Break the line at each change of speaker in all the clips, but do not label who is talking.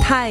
太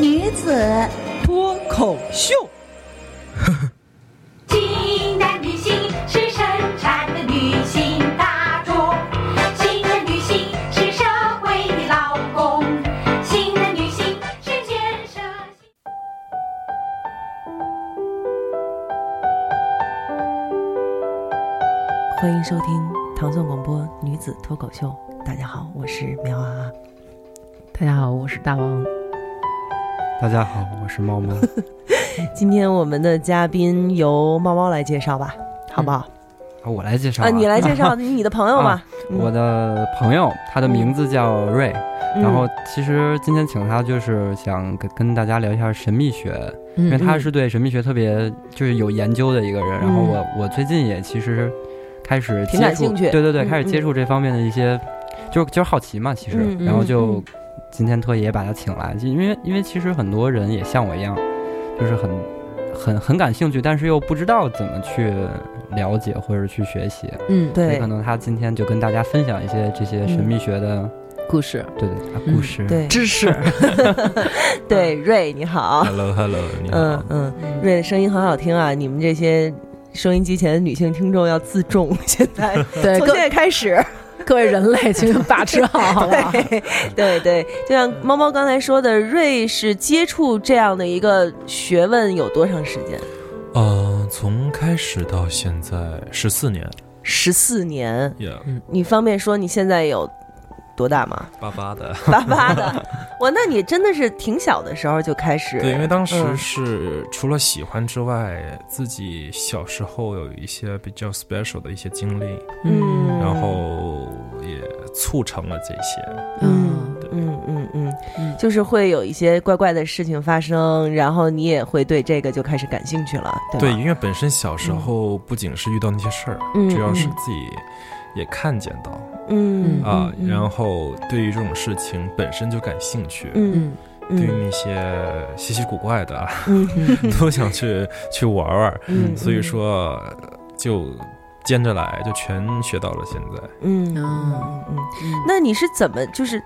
女子
脱口秀，
新的旅行是生产的旅行大众，新的旅行是社会的劳工，新的旅行是建设。
欢迎收听糖蒜广播女子脱口秀。大家好，我是苗啊啊。
大家好，我是大王。
大家好，我是 猫猫。
今天我们的嘉宾由猫猫来介绍吧，好不好？
啊我来介绍
啊，你来介
啊
绍你的朋友吧。嗯
我的朋友，他的名字叫瑞。
嗯
然后，其实今天请他就是想跟跟大家聊一下神秘学，因
嗯
为他是对神秘学特别就是有研究的一个人。然后我我最近也其实开始
嗯挺
接
感
触
兴趣
对对对，
嗯
开始接
嗯
触这方面的一些，就就是好奇嘛，其实
嗯，嗯
然后就
嗯
今天特意也把他请来，就因为因为其实很多人也像我一样，就是很很很感兴趣，但是又不知道怎么去了解或者去学习。
嗯，
所以
对嗯
可能他今天就跟大家分享一些这些神秘学的，
故事
对对啊
嗯
故事，
对
知 识，
对，瑞你好，
Hello Hello，你好。
嗯嗯，瑞的声音很好听啊，你们这些。收音机前的女性听众要自重，现在
对
从现在
各
开始，
各位人类，请 把持好，好不好？
对对对，就像猫猫刚才说的，瑞是接触这样的一个学问有多长时间？
呃，从开始到现在十四年嗯
十四年，
，Yeah，
你方便说你现在有多大 吗？
巴巴的。
八八的，哇，那你真的是挺小的时候就开始，
对，因为当时
嗯
是除了喜欢之外，自己小时候有一些比较 special 的一些经历，
嗯，
然后也促成了这些。
嗯
嗯，
嗯嗯嗯
嗯，
就是会有一些怪怪的事情发生，然后你也会对这个就开始感兴趣了，
对，
对吧？
因为本身小时候不仅是遇到那些事儿，
嗯
主要是
嗯
自己也看见到
嗯
啊，
嗯
然后对于这种事情本身就感兴趣，
嗯
嗯
对于
嗯
那些稀奇古怪的啊，
嗯
都想去去玩玩，
嗯，
所以说呃就兼着来，就全学到了现在。
嗯，嗯嗯嗯，那你是怎么就是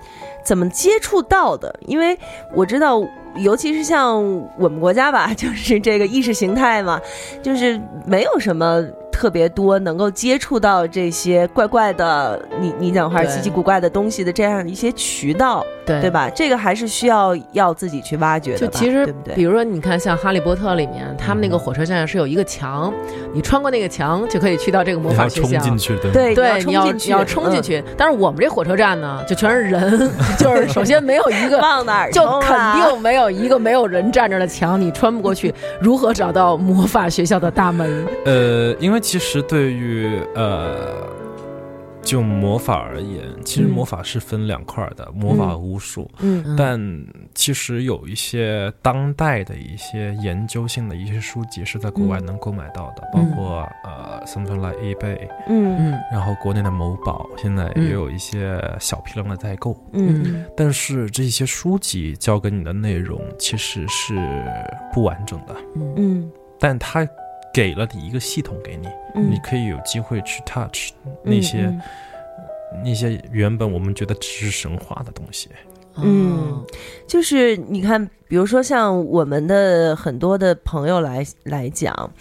怎么接触到的？因为我知道，尤其是像我们国家吧， 就是这个意识形态嘛，就是没有什么特别多能够接触到这些怪怪的，你你讲话
对
稀奇古怪的东西的这样一些渠道，
对
对？吧？这个还是需要要自己去挖掘的
就
吧，
其实
对不，
比
对？
如说，你看像《哈利波特》里面，他们那个火车站是有一个墙，你穿过那个墙就可以去到这个魔
你
法
要
学
冲
校。
进去，对吗
对
对，
你
你
要冲
要
进去
你要冲进
嗯
去。但是我们这火车站呢，就全是 人，就是首先没有一 个
往哪儿
就
冲
肯
啊
定没有一个没有人站着的墙，你穿不过 去。如何找到魔法学校的大门？
呃，因为其实对于呃，就魔法而言，其实
嗯
魔法是分两块儿的，魔法巫术。
嗯
但其实有一些当代的一些研究性的一些书籍是在国外能购买到的，
嗯
包括呃，something like eBay，
嗯
嗯
然后国内的某宝现在
嗯
也有一些小批量的代购。
嗯
但是这些书籍教给你的内容其实是不完整的，
嗯
嗯
但它给了你一个系统给你，
嗯，
你可以有机会去 touch 那些、
嗯
那些原本我们觉得只是神话的东西。
嗯就是你看，比如说像我们的很多的朋友来来讲，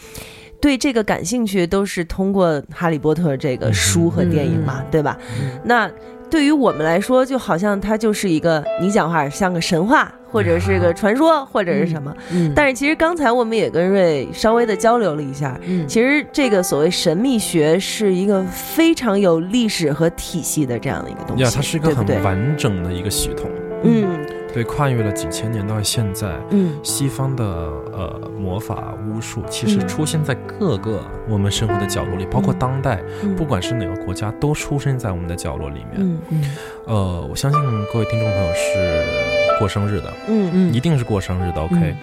对这个感兴趣都是通过《哈利波特》这
嗯
个书和电影嘛，对吧？
嗯
那对于我们来说，就好像它就是一个你讲话像个神话，或者是
啊
个传说，或者是什么。
嗯
但是其实刚才我们也跟瑞稍微的交流了一下。
嗯
其实，这个所谓神秘学是一个非常有历史和体系的这样的一个东西，
呀，它是一个
对不
很
对？
完整的一个系统。
嗯，
对，跨越了几千年到现在，
嗯
西方的呃魔法巫术其实
嗯
出现在各个我们生活的角落里，包括当代，
嗯
不管是哪个国家，都出生在我们的角落里面。
嗯
呃，我相信各位听众朋友是过生日的，
嗯
嗯
一定是过生日的。OK，、
嗯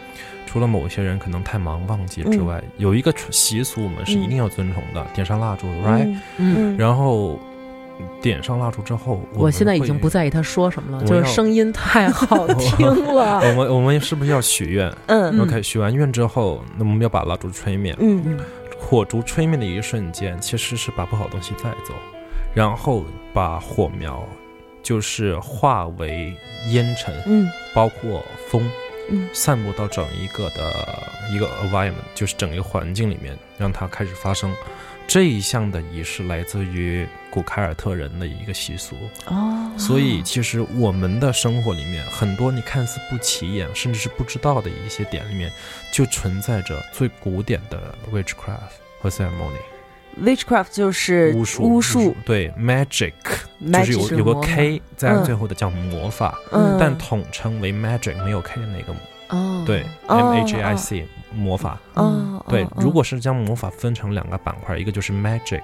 除了某些人可能太忙忘记之外，有一个习俗我们是一定要遵从的，点上蜡烛，right？、
嗯
嗯，
然后点上蜡烛之后，
我现在已经不
在。
在意他说什么了，
我
就是
要哦
声音太 好听了。
我们我们是不是要许愿、
嗯
o k 许完愿之后，那我们要把蜡烛吹灭。
嗯
火烛吹灭的一瞬间，其实是把不好东西带走，然后把火苗就是化为烟尘，
嗯
包括风，
嗯
散布到整一个的一个 environment，就是整个环境里面，让它开始发生。这一项的仪式来自于古凯尔特人的一个习俗，
哦，
所以其实我们的生活里面很多你看似不起眼，甚至是不知道的一些点里面，就存在着最古典的 witchcraft 和 ceremony
witchcraft 就是
巫术，
巫术，
对 magic 就
magic
是有有个
魔法
k 在
嗯
最后的叫魔法，
嗯
但统称为 magic 没有 k 的那个
哦，
对、
哦
m a g i c 魔法。
哦，
嗯对
哦，
如果是将魔法分成两个板块，一个就是 magic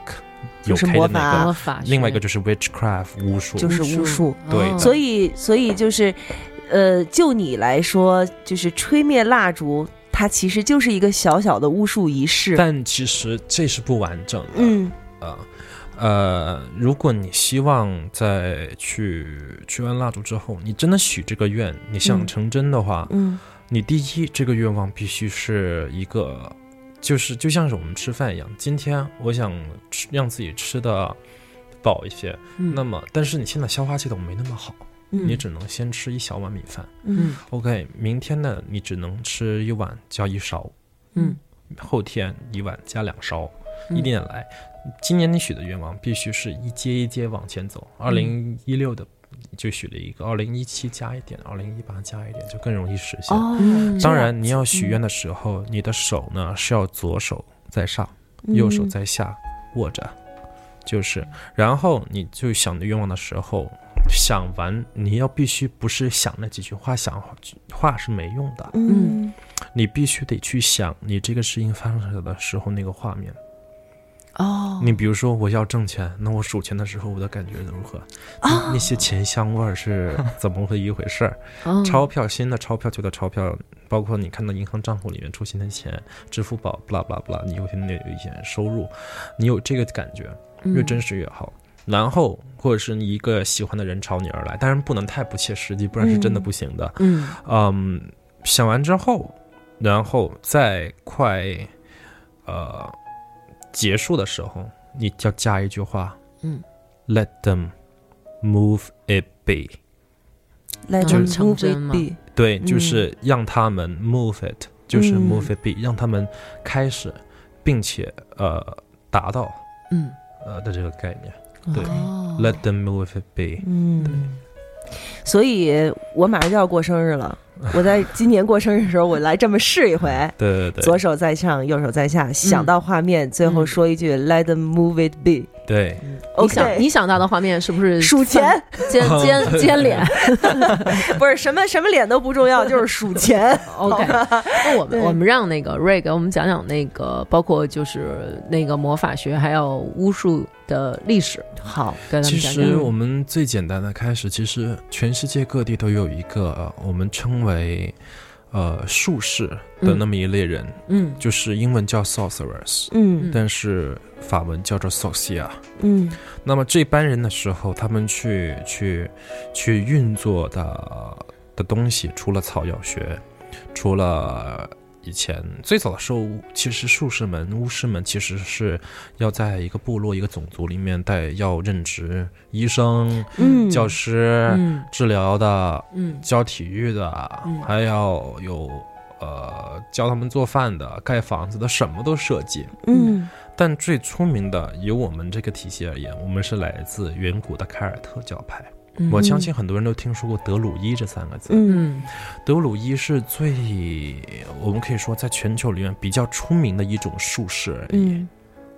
有
就是
k
魔
的
法
那
魔
个，
法学，
另外一个就是 witchcraft 巫术，
哦
嗯
就是巫术，
对
哦
所以所以就是，呃，就你来说，就是吹灭蜡烛，它其实就是一个小小的巫术仪式。
但其实这是不完整的。
嗯
啊，呃，如果你希望在去去完蜡烛之后，你真的许这个愿，你想
嗯
成真的话，
嗯
你第一这个愿望必须是一个，就是就像是我们吃饭一样，今天我想吃让自己吃的饱一些，
嗯
那么但是你现在消化系统没那么好，你只能先吃一小碗米饭。
嗯
OK，明天呢，你只能吃一碗加一勺，
嗯，
后天一碗加两勺，
嗯
一点来。今年你许的愿望必须是一阶一阶往前走。
嗯
二零一六的就许了一个，二零一七加一点，二零一八加一点，就更容易实现。
哦，
嗯
当然，你要许愿的时候，你的手呢是要左手在上，
嗯
右
嗯
手在下握着，就是。然后你就想的愿望的时候，想完你要必须不是想那几句话，想话是没用的，
嗯
你必须得去想你这个事情发生的时候那个画面。
哦
你比如说我要挣钱，那我数钱的时候我的感觉如何？那那些钱香味儿是怎么会一回事儿？
哦
钞票，新的钞票、旧的钞票，包括你看到银行账户里面出现的钱，支付宝，不啦不啦不啦，你有天那有一些收入，你有这个感觉，
嗯
嗯
越真实越好。然后，或者是你一个喜欢的人朝你而来，当然不能太不切实际，不然是真的不行的。
嗯
嗯，想完之后，然后在快呃结束的时候，你要加一句话，
嗯
，Let them move it be。
来
就是
自
嗯成真嘛
movie
对，
嗯
就是让他们 move it，就是 move
嗯
it be，、让他们开始，并且呃达到
嗯，
呃的这个概念、对
哦
l e t them move it be。
嗯，所以我马上就要过生日了。我在今年过生日的时候，我来这么试一回，
对对对，
左手在上，右手在下，想到画面，最后说一句 “Let them move it be”。
对
你
OK
想你想到的画面是不是
数钱
尖 尖尖脸
不是什么什么脸都不重要，就是数钱。
？OK，那我们
对
我们让那个瑞给我们讲讲那个，包括就是那个魔法学还有巫术的历史，
好，
给他
其
们讲讲
实。我们最简单的开始，其实全世界各地都有一个、呃我们称为呃术士的那么一类人，
嗯
就是英文叫 sorcerers，、
嗯
但是法文叫做 sorcia。
嗯
那么这班人的时候，他们去去去运作的的东西，除了草药学，除了以前最早的时候，其实术士们、巫师们其实是要在一个部落、一个种族里面带要任职医生、
嗯，
教师、
嗯
治疗的、
嗯
教体育的，
嗯
还要有呃教他们做饭的、盖房子的，什么都设计。
嗯
但最出名的，以我们这个体系而言，我们是来自远古的凯尔特教派。
嗯
我相信很多人都听说过德鲁伊这三个字。
嗯
嗯
德鲁伊是最，我们可以说在全球里面比较出名的一种术士而已。
嗯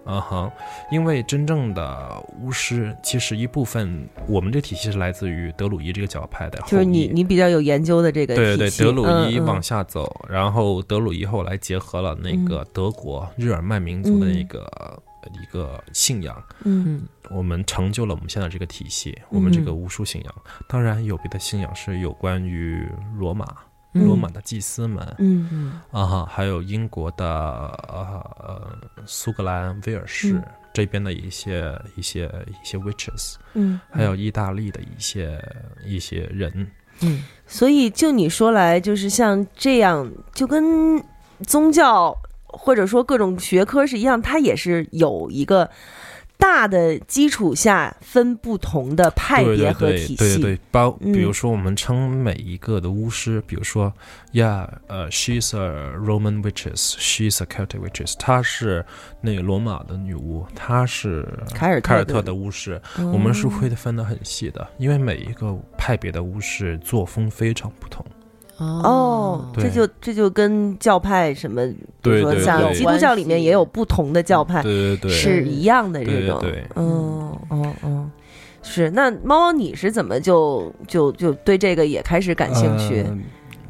嗯、嗯哼，因为真正的巫师，其实一部分我们这体系是来自于德鲁伊这个教派的后裔，
就是你你比较有研究的这个
对对
体
对，
系
德鲁伊
嗯嗯嗯
往下走，然后德鲁伊后来结合了那个德国日耳曼民族的一个、一个信仰，
嗯
嗯
我们成就了我们现在这个体系，我们这个巫术信仰。当然，有别的信仰是有关于罗马，
嗯
罗马的祭司们、
嗯
嗯
啊哈，还有英国的呃呃苏格兰、威尔士。
嗯
这边的一些一些一些 witches，
嗯，
还有意大利的一些一些人，
嗯，
所以就你说来，就是像这样，就跟宗教或者说各种学科是一样，它也是有一个大的基础下分不同的派
对
别
对
和
对
体系。
对对，包
嗯
比如说我们称每一个的巫师，比如说，yeah，呃，she's a Roman witches，she's a Celtic witches，她是那个罗马的女巫，她是
凯尔
凯尔
特
特的巫师，
嗯
我们是会分得很细的，因为每一个派别的巫师作风非常不同。
嗯
哦，
对
这就这就跟教派什么，比如
对
说
对
像
对嗯
基督教里面也有不同的教派，
对对对，
是一样的这
对
种。
对对
嗯哦哦，是。那猫猫你是怎么就就就对这个也开始感兴趣？
呃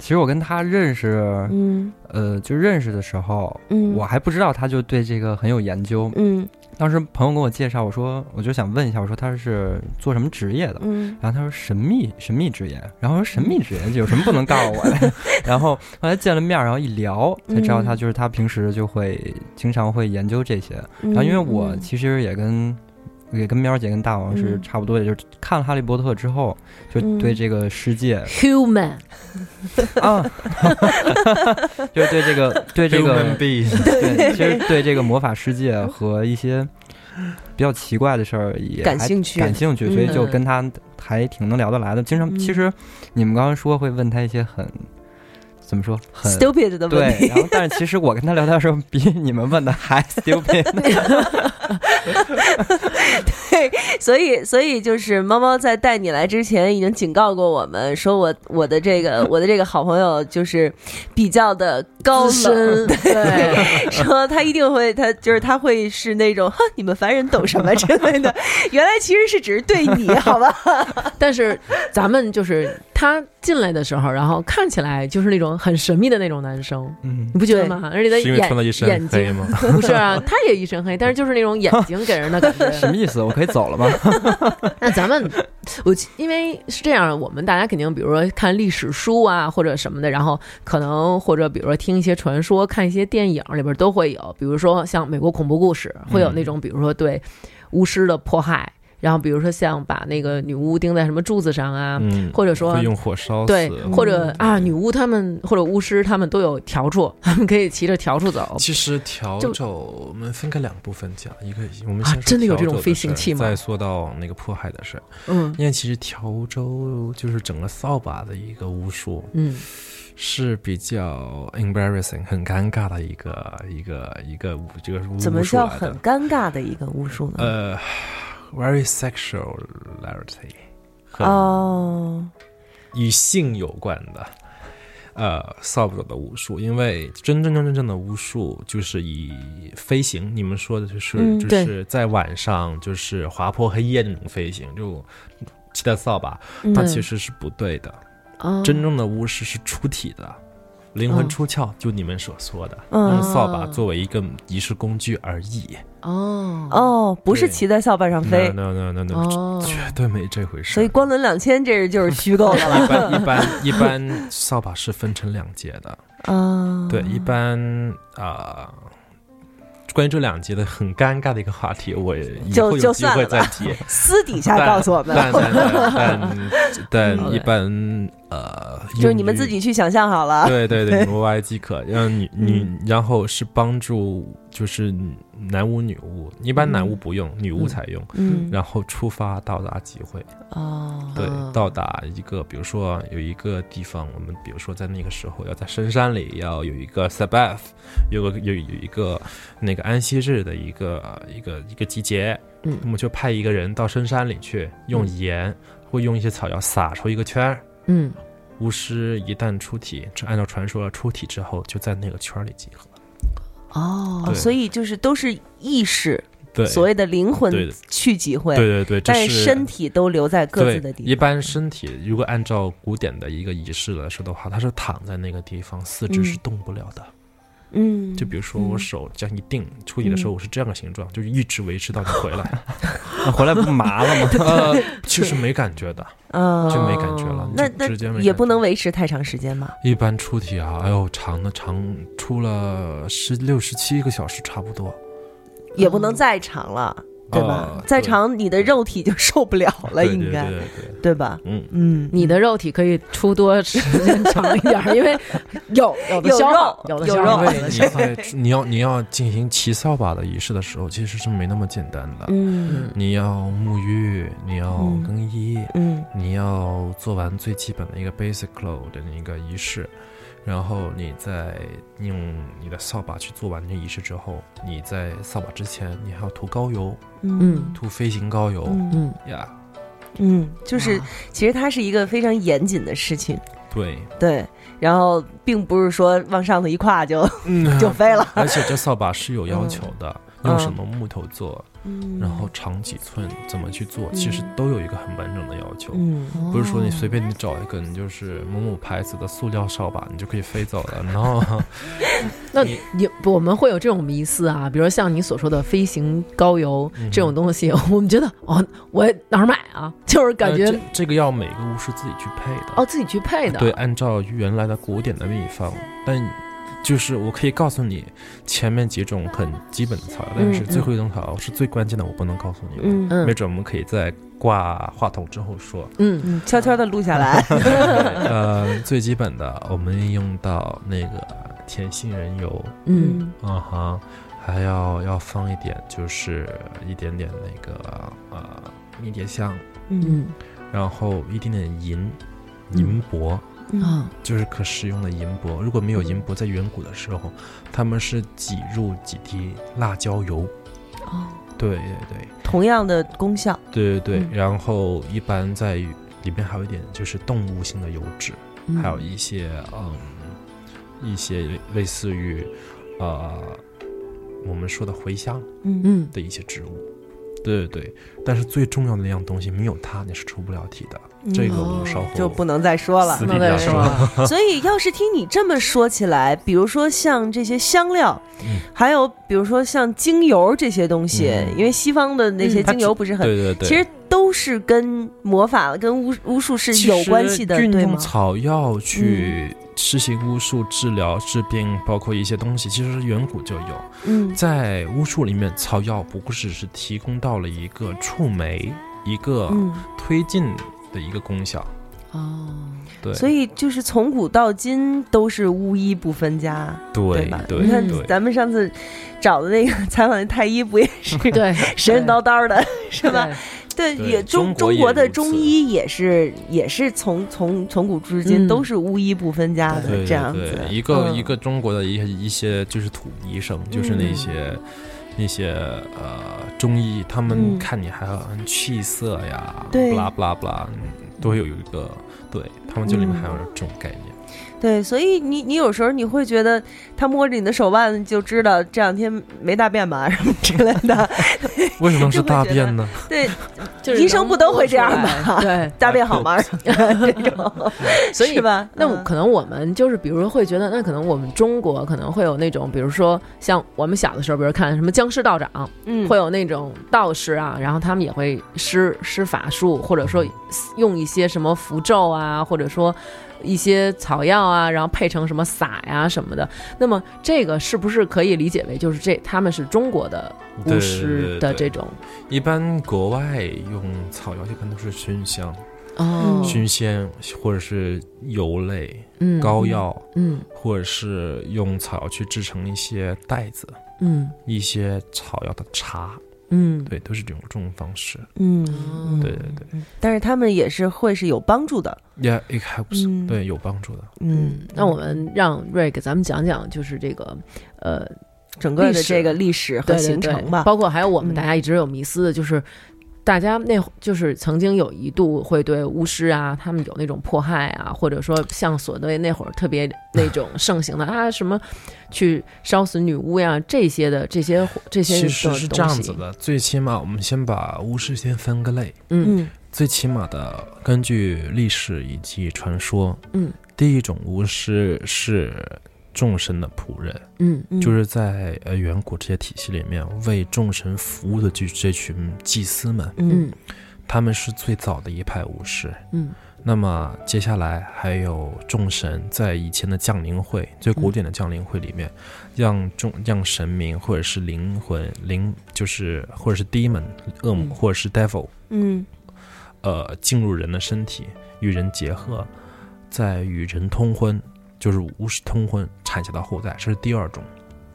其实我跟他认识，
嗯
呃，就认识的时候，
嗯，
我还不知道他就对这个很有研究。
嗯
当时朋友跟我介绍，我说我就想问一下，我说他是做什么职业的？
嗯
然后他说神秘神秘职业，然后我说神秘职业有什么不能告诉我的？ 然后后来见了面，然后一聊才知道他
嗯
就是他平时就会经常会研究这些。
嗯，
然后因为我其实也跟也跟喵姐跟大王是
嗯
差不多的，就是看了《哈利波特》之后，就
嗯
对这个 世界
，human，
啊， 就是对这个对这个
Human being
对，其实对这个魔法世界和一些比较奇怪的事儿也
感
还
兴趣
感兴趣，所以就
嗯
跟他还挺能聊得来的。经常
嗯
其实你们刚刚说会问他一些很怎么说很
stupid 的问
对，
题
然，后但是其实我跟他聊天的时候，比你们问的还 stupid。
所以所以就是猫猫在带你来之前已经警告过我们，说我我的这个我的这个好朋友就是比较的高
资
冷
深，。对，
说他一定会，他就是他会是那种，哼，你们凡人懂什么之类的。原来其实是只是对你，好 吧？
但是咱们就是他进来的时候，然后看起来就是那种很神秘的那种男生，
嗯
你，不觉得吗？而且他
是因为穿了一
眼眼
身黑
睛
吗？
不 是啊，他也一身黑，但是就是那种眼睛给人的感 觉
什么意思？我可以走了吗？
那咱们，我记因为是这样，我们大家肯定，比如说看历史书啊，或者什么的，然后可能或者比如说听一些传说，看一些电影里边都会有，比如说像美国恐怖故事，会有那种比如说对巫师的迫害，然后比如说像把那个女巫钉在什么柱子上啊，
嗯，
或者说
会用火烧死，嗯
对，或者啊女巫他们或者巫师他们都有笤帚， 他们可以骑着笤帚走。
其实笤
就
帚我们分开两部分讲，一个我们
啊
先说
真的有
笤
这
帚
种
的
飞
事
行
儿
器吗
再说到那个迫害的事儿，
嗯
因为其实笤帚就是整个扫把的一个巫术，
嗯
是比较 embarrassing 很尴尬的一个一个一个巫这个巫
怎么
巫术
叫
来
很
的，
尴尬的一个巫术呢？
呃，very sexuality，很
哦，
与性有关的，呃，扫帚的巫术，因为真真正正正的巫术就是以飞行，你们说的就是、
嗯
就
对
是在晚上就是划破黑夜那种飞行，就骑着扫把，它
嗯
其实是不对的。
哦
真正的巫师是出体的，灵魂
哦
出窍，就你们所说的，
嗯
用扫把作为一个仪式工具而已。
哦
哦，不是
对
骑在扫把上
no
飞，
no no no no，、
哦
绝对没这回事。
所以光轮两千这是就是虚构的
一
了
般一般一般扫把是分成两节的。
啊。
对，一般啊、关于这两节的很尴尬的一个话题，我以
就
后
就
有机
算
会
了
再
吧
提。
私底下
但
告诉我们，
但但但但
嗯
但一般呃，
就是你们自己
己。
啊去想象好了。
对 对对，挪歪即可。让女女，
嗯
然后是帮助，就是男巫女巫，一般男巫不用，女巫才用。
嗯，
然后出发到达集会，
哦，
对
啊，
到达一个，比如说有一个地方，我们比如说在那个时候要在深山里要有一个 Sabbath，有个有有一个那个安息日的一个一个一个集结，
嗯
那么就派一个人到深山里去，用盐或用一些草药撒出一个圈儿，
嗯
巫师一旦出体，这按照传说出体之后就在那个圈儿里集合。
哦，
对
所以就是都是意识，
对，
所谓的灵魂
对的
去几会，
对对对，这
但是身体都留在各
对，
自的地
一
方。
般身体如果按照古典的一个仪式来说的话，它是躺在那个地方，四肢是动不了的。
嗯，
就比如说我手这样一定，处理的时候我是这样的形状，就是一直维持到你回 来。
那回来不麻了吗？
呃，其实没感觉的，
啊，
就没感觉了。
那
就
那
直接没
也
感
不
觉
能维持太长时间吧？
一般出体啊，哎呦，长的长出了十六十七个小时差不多，
也不
嗯
能再长了，对吧
啊？
再长你的肉体就受 不了了，
对对
应该
对对对，
对吧？
嗯，
嗯，
你的肉体可以出多时间长一点儿，因为有有的
有
消耗
肉，
有的
有
消
肉
耗
因
有
为
的
你
消耗
在你要你要进行骑扫把的仪式的时候，其实是没那么简单的。
嗯
你要沐浴，你要
嗯
更衣，
嗯
你要做完最基本的一个 basic load 的一个仪式，然后你再用你的扫把去做完这仪式之后，你在扫把之前，你还要涂膏油，
嗯
涂飞行膏油
嗯
嗯，
呀。
嗯，就是
哇
其实它是一个非常严谨的事情，
对，
对。然后并不是说往上头一跨就
嗯
就飞了，
而且这扫把是有要求的，
嗯
用什么木头做，
嗯
然后长几寸，怎么去做，其实都有一个很完整的要求。
嗯
哦
不是说你随便你找一个，你就是某某牌子的塑料扫把，你就可以飞走了。然 后
那
你
你我们会有这种迷思啊，比如像你所说的飞行膏油、
嗯哼
这种东西， 我们觉得哦，我哪儿买啊？就是感觉、
呃这这个要每个巫师自己去配的。
哦，自己去配的。
对，，按照原来的古典的秘方，但就是我可以告诉你前面几种很基本的草药，但是
嗯
最后一种草药是最关键的，我不能告诉你的。
嗯
嗯
没准我们可以在挂话筒之后说。
嗯，
嗯，悄悄的录下来，
呃，最基本的，我们用到那个甜杏仁油，
嗯
嗯哼，还要要放一点，就是一点点那个呃迷迭香，
嗯
嗯
然后一点点银银箔，
嗯
嗯
啊，
就是可食用的银箔。如果没有银箔，在远古的时候，他们是挤入几滴辣椒油。
哦，
对对
同样的功效，
对对对对，然后一般在里面还有一点就是动物性的油脂。还有一些嗯，一些类类似于呃我们说的茴香
嗯
嗯
的一些植物。对对对，但是最重要的那样东西，没有它你是出不了体的。
嗯
这个我们稍后
嗯哦就不能再说了
私。
不
底下
能再说
说。
了。
所以，要是听你这么说起来，比如说像这些香料，
嗯
还有比如说像精油这些东西，
嗯
因为西方的那些
嗯
精油不是很，
对对对，
其实都是跟魔法、跟巫巫术是
其
有关
实
系的，
运
对
用
吗？
草药去施行巫术、治疗、治病，包括一些东西，其实远古就有。
嗯
在巫术里面，草药不过只是提供到了一个触媒、一个
嗯，
推进的一个功效。
哦，
对，
所以就是从古到今都是巫医不分家，
对
吧？
对
你看
对
咱们上次找的那个采访的太医，不也 是
对，
神神叨叨的，是吧？对，
对
也中
中国
中
也
国的
如此
中医也是也是从从从古至今
嗯
都是巫医不分家的
对
这样
对
子，
一个、
嗯
一个中国的一些一些就是土医生，就是那些、那些呃中医，他
嗯
们看你还很气色呀，
对
不啦不啦不啦，嗯都会有一个对他们这里面还有
嗯
这种概念。
对，所以你你有时候你会觉得他摸着你的手腕就知道这两天没大便吧 什么之类 的，
为什么
是
是
大
大
便
便呢？
对，
就是
医生不都会这样吗
吧？ 对，
大便好吗？
啊
这种，
所以
是吧？
那我
嗯
可能我们就是，比如说会觉得，那可能我们中国可能会有那种，比如说像我们小的时候，比如看什么僵尸道长，
嗯
会有那种道士啊，然后他们也会施施法术，或者说用一些什么符咒啊，或者说一些草药啊，然后配成什么撒呀、什么的。那么这个是不是可以理解为就是这他们是中国的巫师的这种
一般国外用草药一般都是熏香、
哦
熏仙，或者是油类、
嗯
膏药，
嗯
或者是用草药去制成一些袋子、
嗯
一些草药的茶。
嗯
对，都是这种这种方式。
嗯，
嗯
对对对，
但是他们也是会是有帮助的，
也 it helps，、
嗯
对，有帮助的。
嗯，
那我们让瑞给咱们讲讲，就是这个呃
整个
历
的
史
这个历史和
对对
形
对
成吧，
包括还有我们
嗯
大家一直有迷思的，就是大家那会就是曾经有一度会对巫师啊，他们有那种迫害啊，或者说像所谓那会儿 特别那种盛行的啊，什么去烧死女巫呀这些的这些这些
其
的
实是
东
这样
西
子，的，最起码我们先把巫师先分个类，
嗯
嗯
最起码的根据历史以及传说，
嗯，
第一种巫师是众神的仆人，
嗯
嗯，
就是在呃远古这些体系里面为众神服务的这这群祭司们，
嗯
嗯
他们是最早的一派巫师。
嗯
那么接下来还有众神在以前的降临会，最古典的降临会里面，让众让神明或者是灵魂灵就是或者是 demon 恶魔、
嗯
或者是 devil
嗯
呃进入人的身体与人结合，再与人通婚，就是巫师通婚产下的后代，这是第二种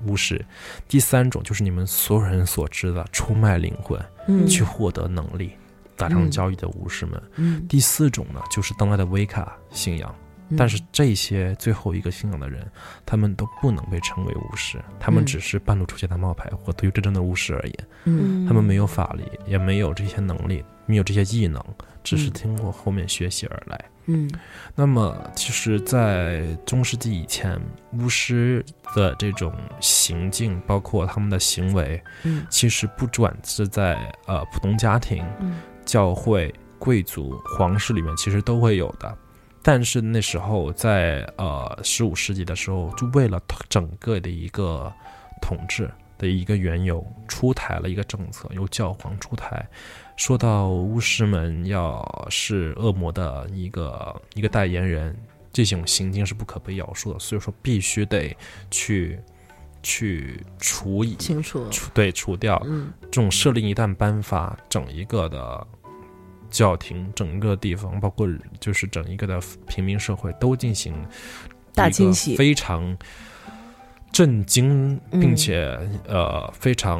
巫师。第三种就是你们所有人所知的出卖灵魂
嗯
去获得能力、达成
嗯
交易的巫师们。
嗯，
第四种呢，就是当代的维卡信仰，但是这些最后一个信仰的人，他们都不能被称为巫师，他们
嗯
只是半路出现的冒牌货。对于真正的巫师而言，
嗯
嗯，
他们没有法力，也没有这些能力，没有这些异能，只是
嗯
通过后面学习而来。
嗯
那么，其实，在中世纪以前，巫师的这种行径，包括他们的行为，
嗯
其实不管是在呃普通家庭、
嗯
教会、贵族、皇室里面，其实都会有的。但是那时候在呃十五世纪的时候，就为了整个的一个统治的一个缘由，出台了一个政策，由教皇出台，说到巫师们要是恶魔的一个一个代言人，这种行径是不可被饶恕的，所以说必须得去去除以
清楚，
除对除掉
嗯
这种设令一旦颁发，整一个的教廷、整一个地方，包括就是整一个的平民社会，都进行
大
一个
清洗
非常震惊，
嗯
并且、呃非常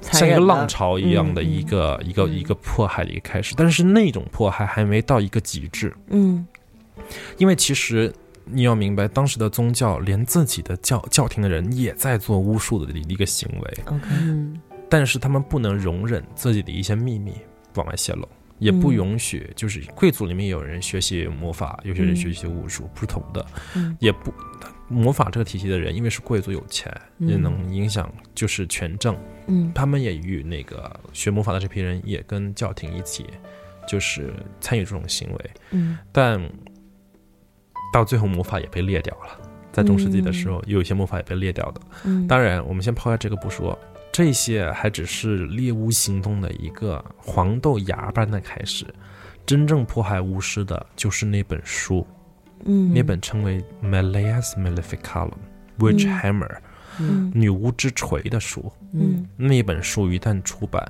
残
像一
忍
个
的
浪潮一样的
嗯嗯
一个、一个、
嗯
一个迫害的一个开始。但是那种迫害还没到一个极致，
嗯
因为其实你要明白，当时的宗教连自己的教教廷的人也在做巫术的一个行为。
，OK，
嗯
但是他们不能容忍自己的一些秘密往外泄露，也不允许，就是贵族里面有人学习魔法，有些人学习巫术，不同的，
嗯
也不魔法这个体系的人，因为是贵族有钱，
嗯
也能影响就是权政，
嗯
他们也与那个学魔法的这批人也跟教廷一起，就是参与这种行为，
嗯
但到最后魔法也被裂掉了。在中世纪的时候，有一些魔法也被裂掉的。
嗯，
当然，我们先抛开这个不说，这些还只是猎巫行动的一个黄豆芽般的开始。真正迫害巫师的就是那本书，
嗯
那本称为《Malleus Maleficarum》（Witch Hammer）、
嗯
女巫之锤的书。
嗯
嗯
那本书一旦出版，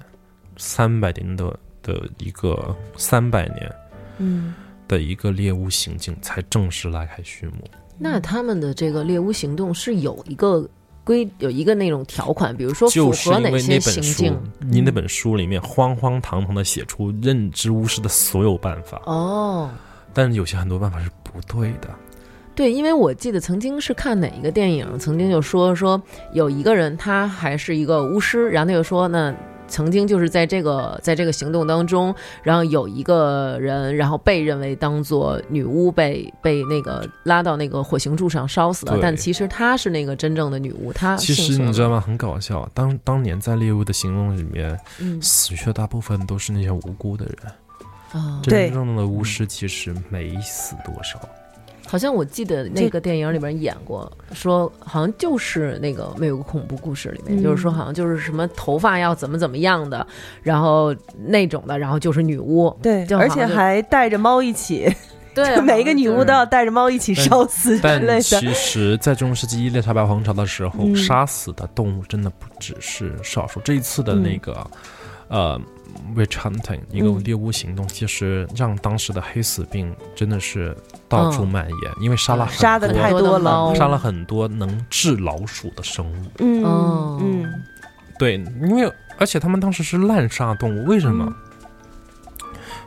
三百年的的一个三百年
嗯
的一个猎巫行径才正式拉开序幕。
那他们的这个猎巫行动是有一个规，有一个那种条款，比如说符
就是
合
因为
哪些
那
行
本
径嗯
书，你那本书里面荒荒唐唐的写出认知巫师的所有办法，
哦。
但是有些很多办法是不对的。
对，因为我记得曾经是看哪一个电影，曾经就说说有一个人他还是一个巫师，然后他就说呢，曾经就是在这个在这个行动当中，然后有一个人，然后被认为当做女巫被被那个拉到那个火刑柱上烧死了，
对
但其实她是那个真正的女巫，她
其实你知道吗？很搞笑，当当年在猎巫的行动里面，
嗯
死去的大部分都是那些无辜的人，
啊，
对
真正的巫
嗯
师其实没死多少。
好像我记得那个电影里边演过，说好像就是那个美国恐怖故事里
嗯
面，就是说好像就是什么头发要怎么怎么样的，然后那种的，然后就是女巫，
对，
就
而
好
且
像就
还带着猫一起，
对，
每一个女巫都要带着猫一起
但
烧 死之类
但
的。
其实，在中世纪伊丽莎白王朝的时候，
嗯
杀死的动物真的不只是少数。这一次的那个，呃，witch hunting 一个
嗯
猎巫行动，其实让当时的黑死病真的是到处
嗯
蔓延，因为杀了很
杀得
多
太
多
多
的
了
猫
杀了很多能治老鼠的生物。
嗯
哦
嗯
对，因为而
嗯
且他们当时是滥杀动物，为什么？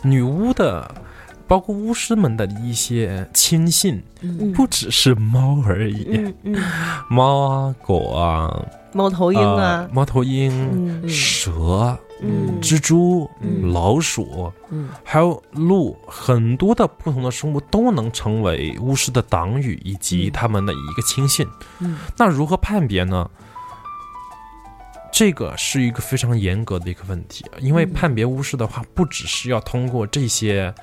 女巫的包括巫师们的一些亲信，
嗯
不只是猫而已，
嗯嗯，
猫啊、狗啊、
猫头鹰啊
呃，猫头鹰、
嗯
蛇、
嗯
蜘蛛、
嗯
老鼠，
嗯
还有鹿，很多的不同的生物都能成为巫师的党羽以及
嗯
他们的一个亲信。
嗯
那如何判别呢？这个是一个非常严格的一个问题，啊因为
嗯
判别巫师的话，不只是要通过这些，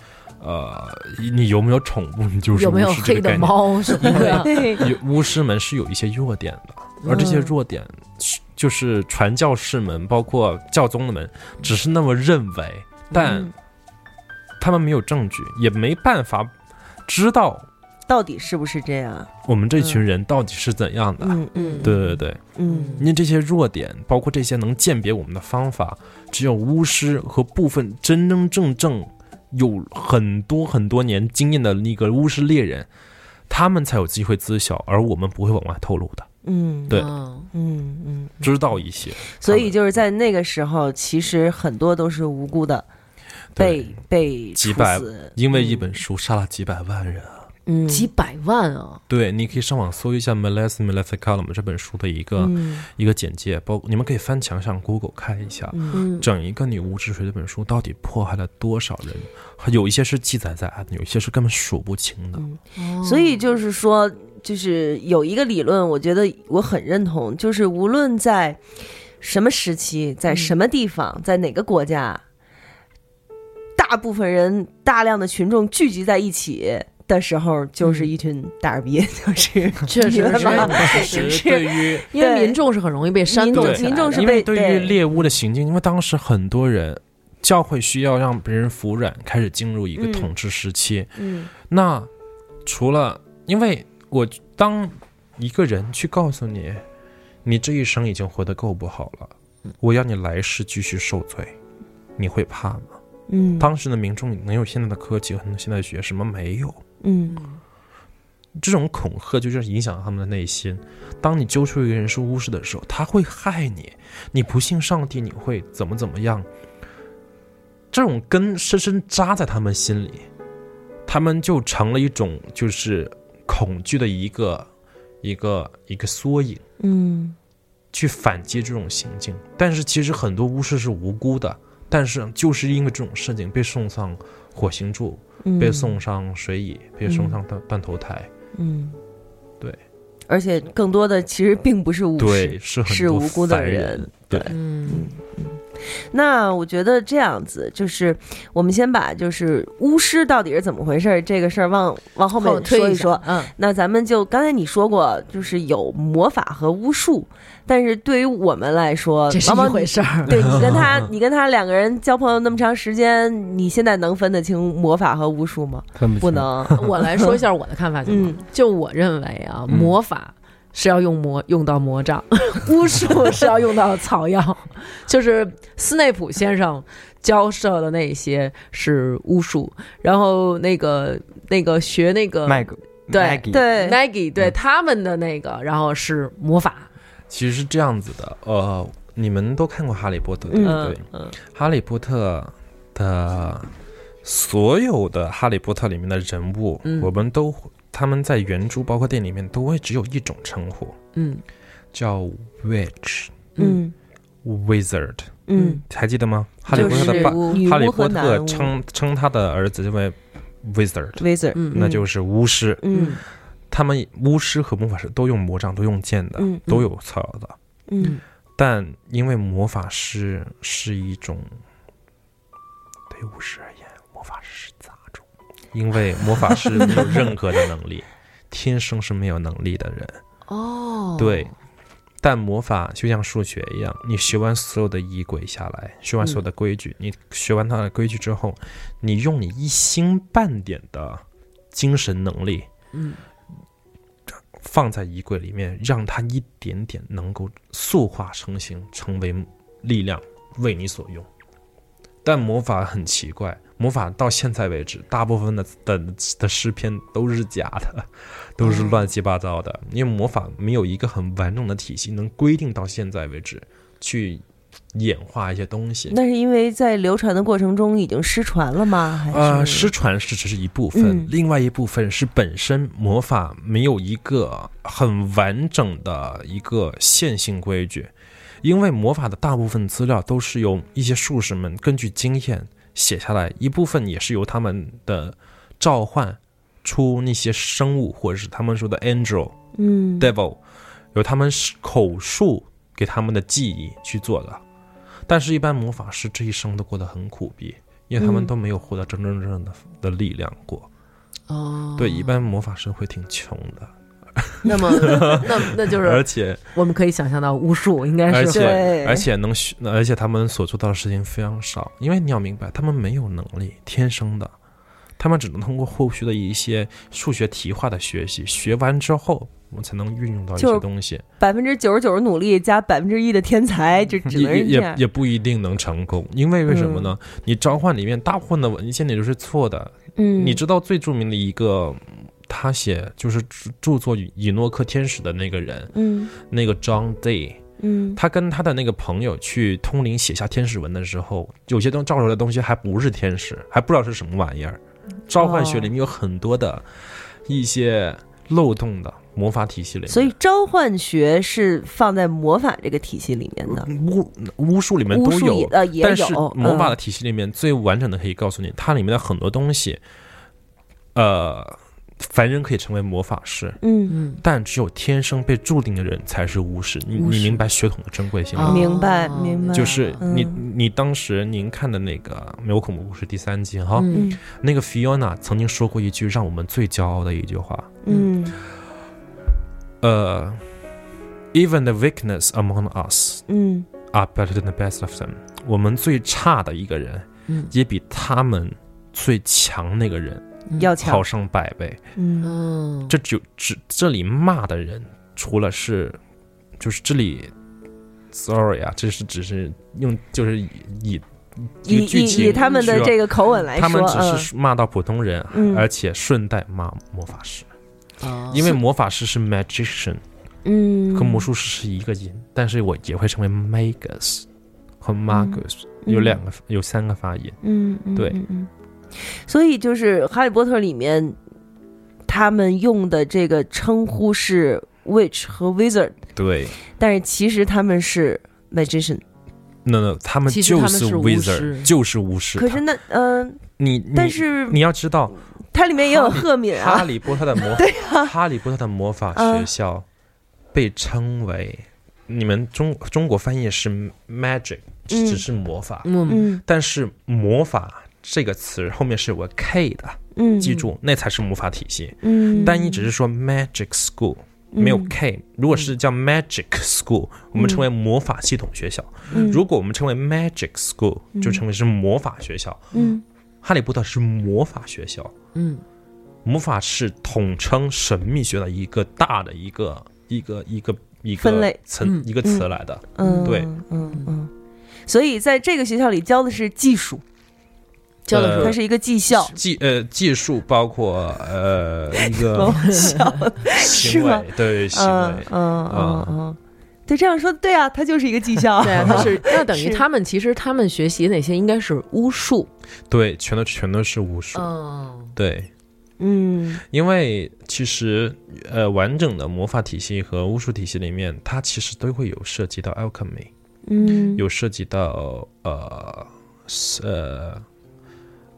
呃，你有没有宠物，你就是
有没有
巫师这
黑
个
的
概念
猫什么的？
对，
有巫师们是有一些弱点的，而这些弱点是就是传教士们，包括教宗们，只是那么认为，但他们没有证据，也没办法知道
到底是不是这样？啊
我们这群人到底是怎样的。
嗯嗯
对对对，
嗯
因为这些弱点，包括这些能鉴别我们的方法，只有巫师和部分真真正正有很多很多年经验的那个巫师猎人，他们才有机会知晓，而我们不会往外透露的。
嗯
对
嗯
嗯嗯，
知道一些，
所以就是在那个时候，其实很多都是无辜的，被
对
被
几
处
百
死
因为一本书杀了几百万人啊。
嗯
几百万啊！
对，你可以上网搜一下《Melas m e l a s i c a l u m 这本书的一个、
嗯
一个简介，包括你们可以翻墙上 Google 看一下，
嗯
整一个《女巫之水》这本书到底迫害了多少人？有一些是记载在案的，有一些是根本数不清
嗯
的。
所以就是说，就是有一个理论，我觉得我很认同，就是无论在什么时期，在
嗯
什么地方，在哪个国家，大部分人大量的群众聚集在一起。的时候，
嗯
就是一群大耳逼，就是
确
你
实
们
是
把
确实，对于
因为
对
民众是很容易被煽动
民
起
众民
来的，
众是
因
被
为对于猎巫的行径，因为当时很多人，教会需要让别人服软，开始进入一个
嗯
统治时期。
嗯
那除了，因为我当一个人去告诉你，你这一生已经活得够不好了，我要你来世继续受罪，你会怕吗？
嗯
当时的民众能有现在的科技和现在的学识吗？没有。
嗯
这种恐吓就是影响他们的内心。当你揪出一个人是巫师的时候，他会害你，你不信上帝，你会怎么怎么样？这种根深深扎在他们心里，他们就成了一种就是恐惧的一个一个一个缩影，
嗯
去反击这种行径。但是其实很多巫师是无辜的，但是就是因为这种事情被送上火星柱，
嗯
被送上水蚁，被送上断断头台。
嗯，
对，
而且更多的其实并不是巫师，
对，是很
是
多
无辜的
凡
人
人，对，
嗯
那我觉得这样子，就是我们先把就是巫师到底是怎么回事儿这个事儿往往后面说
推
一说。
嗯
那咱们就刚才你说过，就是有魔法和巫术，但是对于我们来说，
这是
往
一
往
回事 儿，
对你跟 他，你跟他两个人交朋友那么长时间，你现在能分得清魔法和巫术吗？
分不
不
清。
能。 嗯
我来说一下我的看法行吗？就我认为啊，
嗯
魔法是要用魔用到 魔杖，巫术是要用到草药。就是斯内普先生教授的那些是巫术，然后那个那个学那个
麦格，
对
麦吉，
对，
Maggie 对
嗯
他们的那个，然后是魔法。
其实是这样子的，呃，你们都看过《哈利波特》对不
嗯
对？哈利波特》的所有的《哈利波特》里面的人物，
嗯
我们都他们在原著包括电影里面都会只有一种称呼，
嗯
叫 witch、
嗯
wizard，
嗯，
还记得吗？哈利
就
波特
是
的爸，
女
哈利
巫和
波特
男巫
称称他的儿子为 wizard，
，Wizard，
嗯
那就是巫师。
嗯
他们巫师和魔法师都用魔杖，都用剑的，
嗯嗯
都有草药的。
嗯
但因为魔法师是一种，对巫师而言，魔法师是杂种，因为魔法师没有任何的能力，天生是没有能力的人。
哦，
对，但魔法就像数学一样，你学完所有的仪轨下来，学完所有
嗯
的规矩，你学完它的规矩之后，你用你一星半点的精神能力，
嗯，
放在衣柜里面，让它一点点能够塑化成型，成为力量，为你所用。但魔法很奇怪，魔法到现在为止，大部分的的的诗篇都是假的， 都是乱七八糟的，因为魔法没有一个很完整的体系能规定到现在为止去演化一些东西。
那是因为在流传的过程中已经失传了吗？还是、
啊，失传是只是一部分，
嗯
另外一部分是本身魔法没有一个很完整的一个线性规矩，因为魔法的大部分资料都是由一些术士们根据经验写下来，一部分也是由他们的召唤出那些生物或者是他们说的 angel
嗯，
devil，由他们口述给他们的记忆去做的。但是，一般魔法师这一生都过得很苦逼，因为他们
嗯
都没有获得真真正正的的力量过。
哦，
对，一般魔法师会挺穷的，
那么那那就是
而且
我们可以想象到巫术应该
而
是
且
对
而且能学，而且他们所做到的事情非常少，因为你要明白，他们没有能力，天生的。他们只能通过后续的一些数学题化的学习，学完之后，我们才能运用到一
就
些
是
东西，
百分之九十九的努力加百分之一的天才，就只能
也
是这
也
样。
也不一定能成功，因为为什么呢？你召唤里面大部分的文献里都是错的，
嗯，
你知道最著名的一个，他写就是著著作《以诺克天使》的那个人，
嗯
那个 John Day，
嗯
他跟他的那个朋友去通灵写下天使文的时候，有些东照出来的东西还不是天使，还不知道是什么玩意儿。召唤学里面有很多的一些漏洞的魔法体系里面，
哦所以召唤学是放在魔法这个体系里面的，
巫巫术里面
巫
都
术
有
也，呃也有，
但是魔法
嗯
的体系里面最完整的可以告诉你，它里面的很多东西，呃，凡人可以成为魔法师，
嗯，
嗯，
但只有天生被注定的人才是巫师。你
巫师
你明白血统的珍贵性吗？
哦啊
明白明白，
嗯就是你、
嗯
你当时您看的那个《美国恐怖故事》第三季哈，
嗯
嗯
那个 Fiona 曾经说过一句让我们最骄傲的一句话，
嗯
呃，Even the weakness among us
嗯
are better than the best of them。我们最差的一个人
嗯
也比他们最强那个人
要
嗯好
强，
上百倍。
嗯
嗯，
这就只这里骂的人，除了是就是这里，sorry 啊，这是只是用就是以以
以
剧
以以
情
他们的
去
这个口吻来说，
他们只是呃骂到普通人，
嗯
而且顺带骂魔法师，
哦
因为魔法师是 magician，
嗯
和魔术师是一个音，但是我也会成为 magus 和 magus，有两个有三个发音。
嗯，嗯
对
嗯嗯所以就是《哈利波特》里面他们用的这个称呼是 witch 和 wizard，
对，
但是其实他们是 magician。
那那他们
其实
就
他们是巫
wizard，
师
就是巫师。
可是那嗯、
你你
但是
你要知道，
它里面也有赫敏
哈
啊，
利波特的 魔
啊
哈利波特的魔法
嗯
学校被称为你们中中国翻译是 magic，只
嗯
只是魔法，
嗯
嗯
但是魔法这个词后面是有个 k 的，
嗯
记住那才是魔法体系。
嗯，
单一只是说 magic school。没
嗯
有 K，如果是叫 Magic School，我们称为魔法系统学校；
嗯
如果我们称为 Magic School，就称为是魔法学校。
嗯
哈利波特是魔法学校，
嗯
魔法是统称神秘学的一个大的一个一个一个一个
分类
词、
嗯
一个词来的。
嗯，
对
嗯嗯。所以在这个学校里教的是技术，
教的
呃
它是一个技校，
技呃技术包括呃一 个
是
行
吗
为，对行
嗯
为，
嗯嗯
啊
嗯，对，这样说对啊，它就是一个技 校，
对啊，他 是那等于
是
他们其实他们学习哪些应该是巫术，
对，全都全都是巫术。
嗯
对，
嗯
因为其实呃完整的魔法体系和巫术体系里面，它其实都会有涉及到 alchemy，
嗯，
有涉及到呃是呃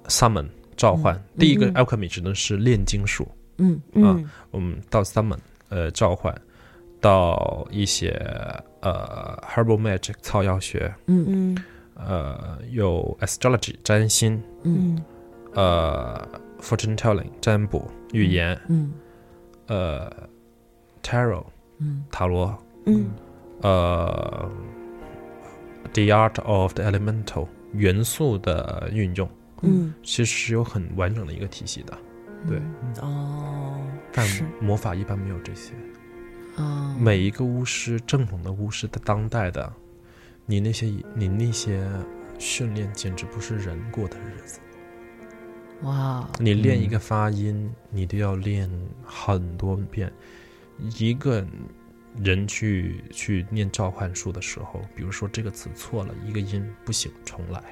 summon 召唤。第一个
嗯
alchemy 指的是炼金术，啊
嗯
嗯
我们到 summon 呃召唤，到一些呃 herbal magic 草药学，
嗯
呃有 astrology 占星，
嗯
呃 fortune telling 占卜预言，
嗯
呃 tarot
嗯
塔罗，
嗯
呃 the art of the elemental 元素的运用，
嗯，
其实是有很完整的一个体系的，
嗯
对，
哦，
但
是
魔法一般没有这些。
哦
每一个巫师，正统的巫师的当代的，你那些你那些训练简直不是人过的日子。
嗯哇，哦
你练一个发音，你都要练很多遍。一个人去去念召唤术的时候，比如说这个词错了一个音不行，重来，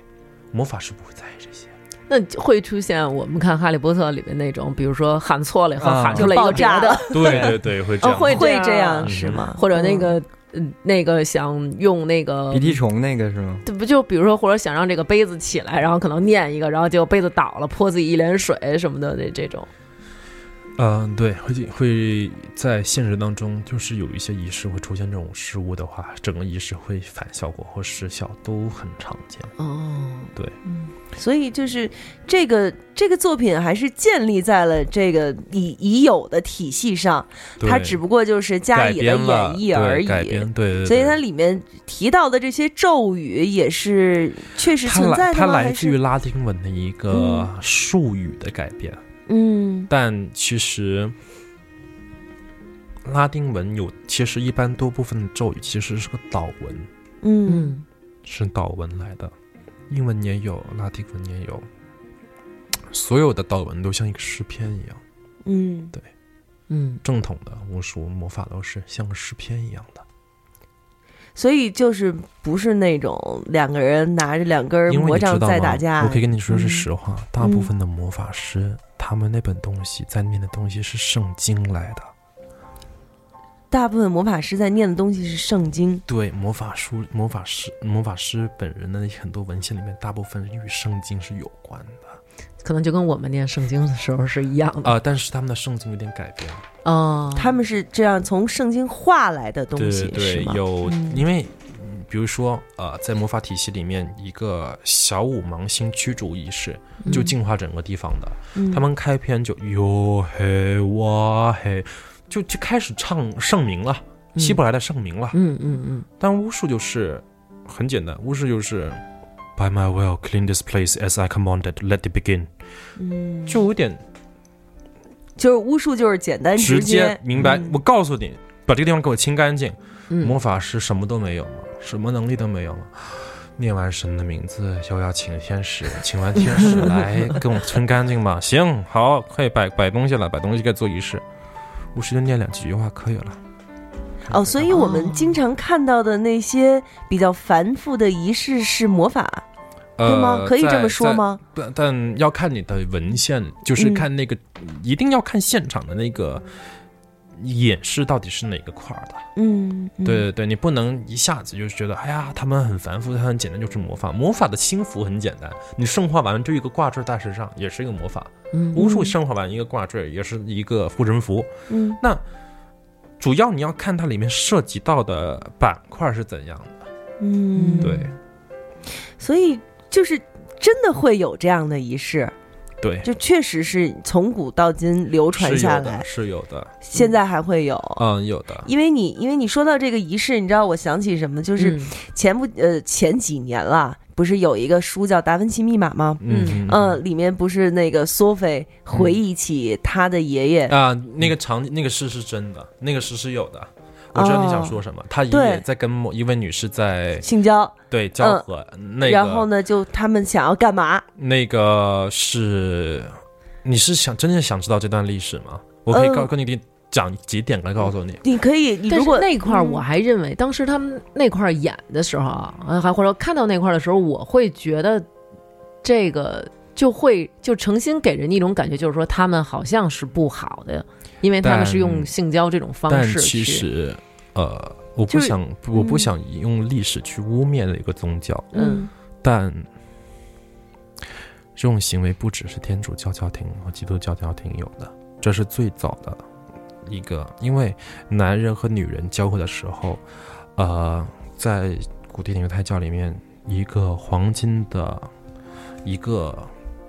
魔法师不会在意这些。
那会出现我们看《哈利波特》里面那种，比如说喊错了以后
啊
喊出了一
爆
个别
炸
的，
对对对，会这
哦
样。
会
会
这
这
样
样是吗？
或者那
嗯
个、嗯那个想用那个
鼻涕虫那个是吗？
对不就比如说，或者想让这个杯子起来，然后可能念一个，然后结果杯子倒了，泼自己一脸水什么的，这这种，
嗯，对，会会在现实当中，就是有一些仪式会出现这种失误的话，整个仪式会反效果或失效，都很常见。
哦，
嗯所以就是这个这个作品还是建立在了这个已已有的体系上，它
对
只不过就是加
改
以了
编
演
了
绎而
对改
已。
编对对对。
所以它里面提到的这些咒语也是确实
它
存在
来
的
它
吗？
来
还
自于
是
拉丁文的一个术语的改变，
嗯
但其实拉丁文有，其实一般多部分的咒语其实是个岛文，
嗯
嗯
是岛文来的，英文也有，拉丁文也有，所有的岛文都像一个诗篇一样，
嗯，
嗯，
正统的巫术魔法都是像个诗篇一样的，
所以就是不是那种两个人拿着两根
因为
魔
你知
杖
道
在
吗
打架？
我可以跟你说是
嗯
实话，大部分的魔法师他们那本东西在念的东西是圣经来的。
大部分魔法师在念的东西是圣经，
对魔法书、魔法师、魔法师本人的很多文献里面，大部分与圣经是有关的
可能就跟我们念圣经的时候是一样的
啊、但是他们的圣经有点改变。
哦，
啊他们是这样从圣经化来的东西，是吗？
嗯有，因为嗯比如说呃，在魔法体系里面，一个小五芒星驱逐仪式就净化整个地方的。
嗯
他们开篇就哟嘿哇嘿，就就开始唱圣名了，
嗯
希伯来的圣名了。
嗯嗯嗯，
但巫术就是很简单，巫术就是 By my will, clean this place as I commanded. Let it begin，、
嗯，
就有点
就是巫术，就是简单
直
接
接。明白。
嗯
我告诉你，把这个地方给我清干净。
嗯
魔法师什么都没有吗？什么能力都没有吗？念完神的名字，又要请天使，请完天使来跟我清干净吧。 行，好，可以摆摆东西了，摆东西该做仪式。巫师就念两几句话可以了。
哦，所以我们经常看到的那些比较繁复的仪式是魔法，对吗？
呃
可以这么
在
说
在
吗？
但但要看你的文献，就是
嗯
看那个，一定要看现场的那个演示到底是哪个块儿的。
嗯，嗯
对，对对，你不能一下子就是觉得，哎呀，他们很繁复，他很简单，就是魔法。魔法的心符很简单，你圣化完就一个挂坠在身上，也是一个魔法。
嗯
巫术圣化完一个挂坠，也是一个护身符。
嗯，
那主要你要看它里面涉及到的板块是怎样的。
嗯，
对、
所以就是真的会有这样的仪式，
对，
就确实是从古到今流传
是
下
有
来
的，，是有的，
现在还会有。
嗯，有的。
因为你，因为你说到这个仪式，你知道我想起什么？
嗯
嗯
就是前不呃前几年了，不是有一个书叫《达芬奇密码》吗？
嗯
嗯，里面不是那个索菲回忆起他的爷爷，
啊、那个场景，那个事是真的，那个事是有的。我知道你想说什么，他爷
哦对
爷在跟某一位女士在
性交，
对交合，那个
然后呢，就他们想要干嘛？
那个是你是想真正想知道这段历史吗？我可以告、
嗯
跟你讲几点来告诉你。
你可以，你
但
如
是
果
那块儿我
嗯
还认为，当时他们那块儿演的时候啊，呃还或者看到那块儿的时候，我会觉得这个就会就诚心给人一种感觉，就是说他们好像是不好的，因为他们是用
但
性交这种方
但
式
其
去，
实，呃，我
就
不
是
想、我不
嗯
想用历史去污蔑的一个宗教，
嗯，
但这种行为不只是天主教教廷和基督教教廷有的，这是最早的一个，因为男人和女人交合的时候，呃，在古典犹太教里面，一个黄金的一个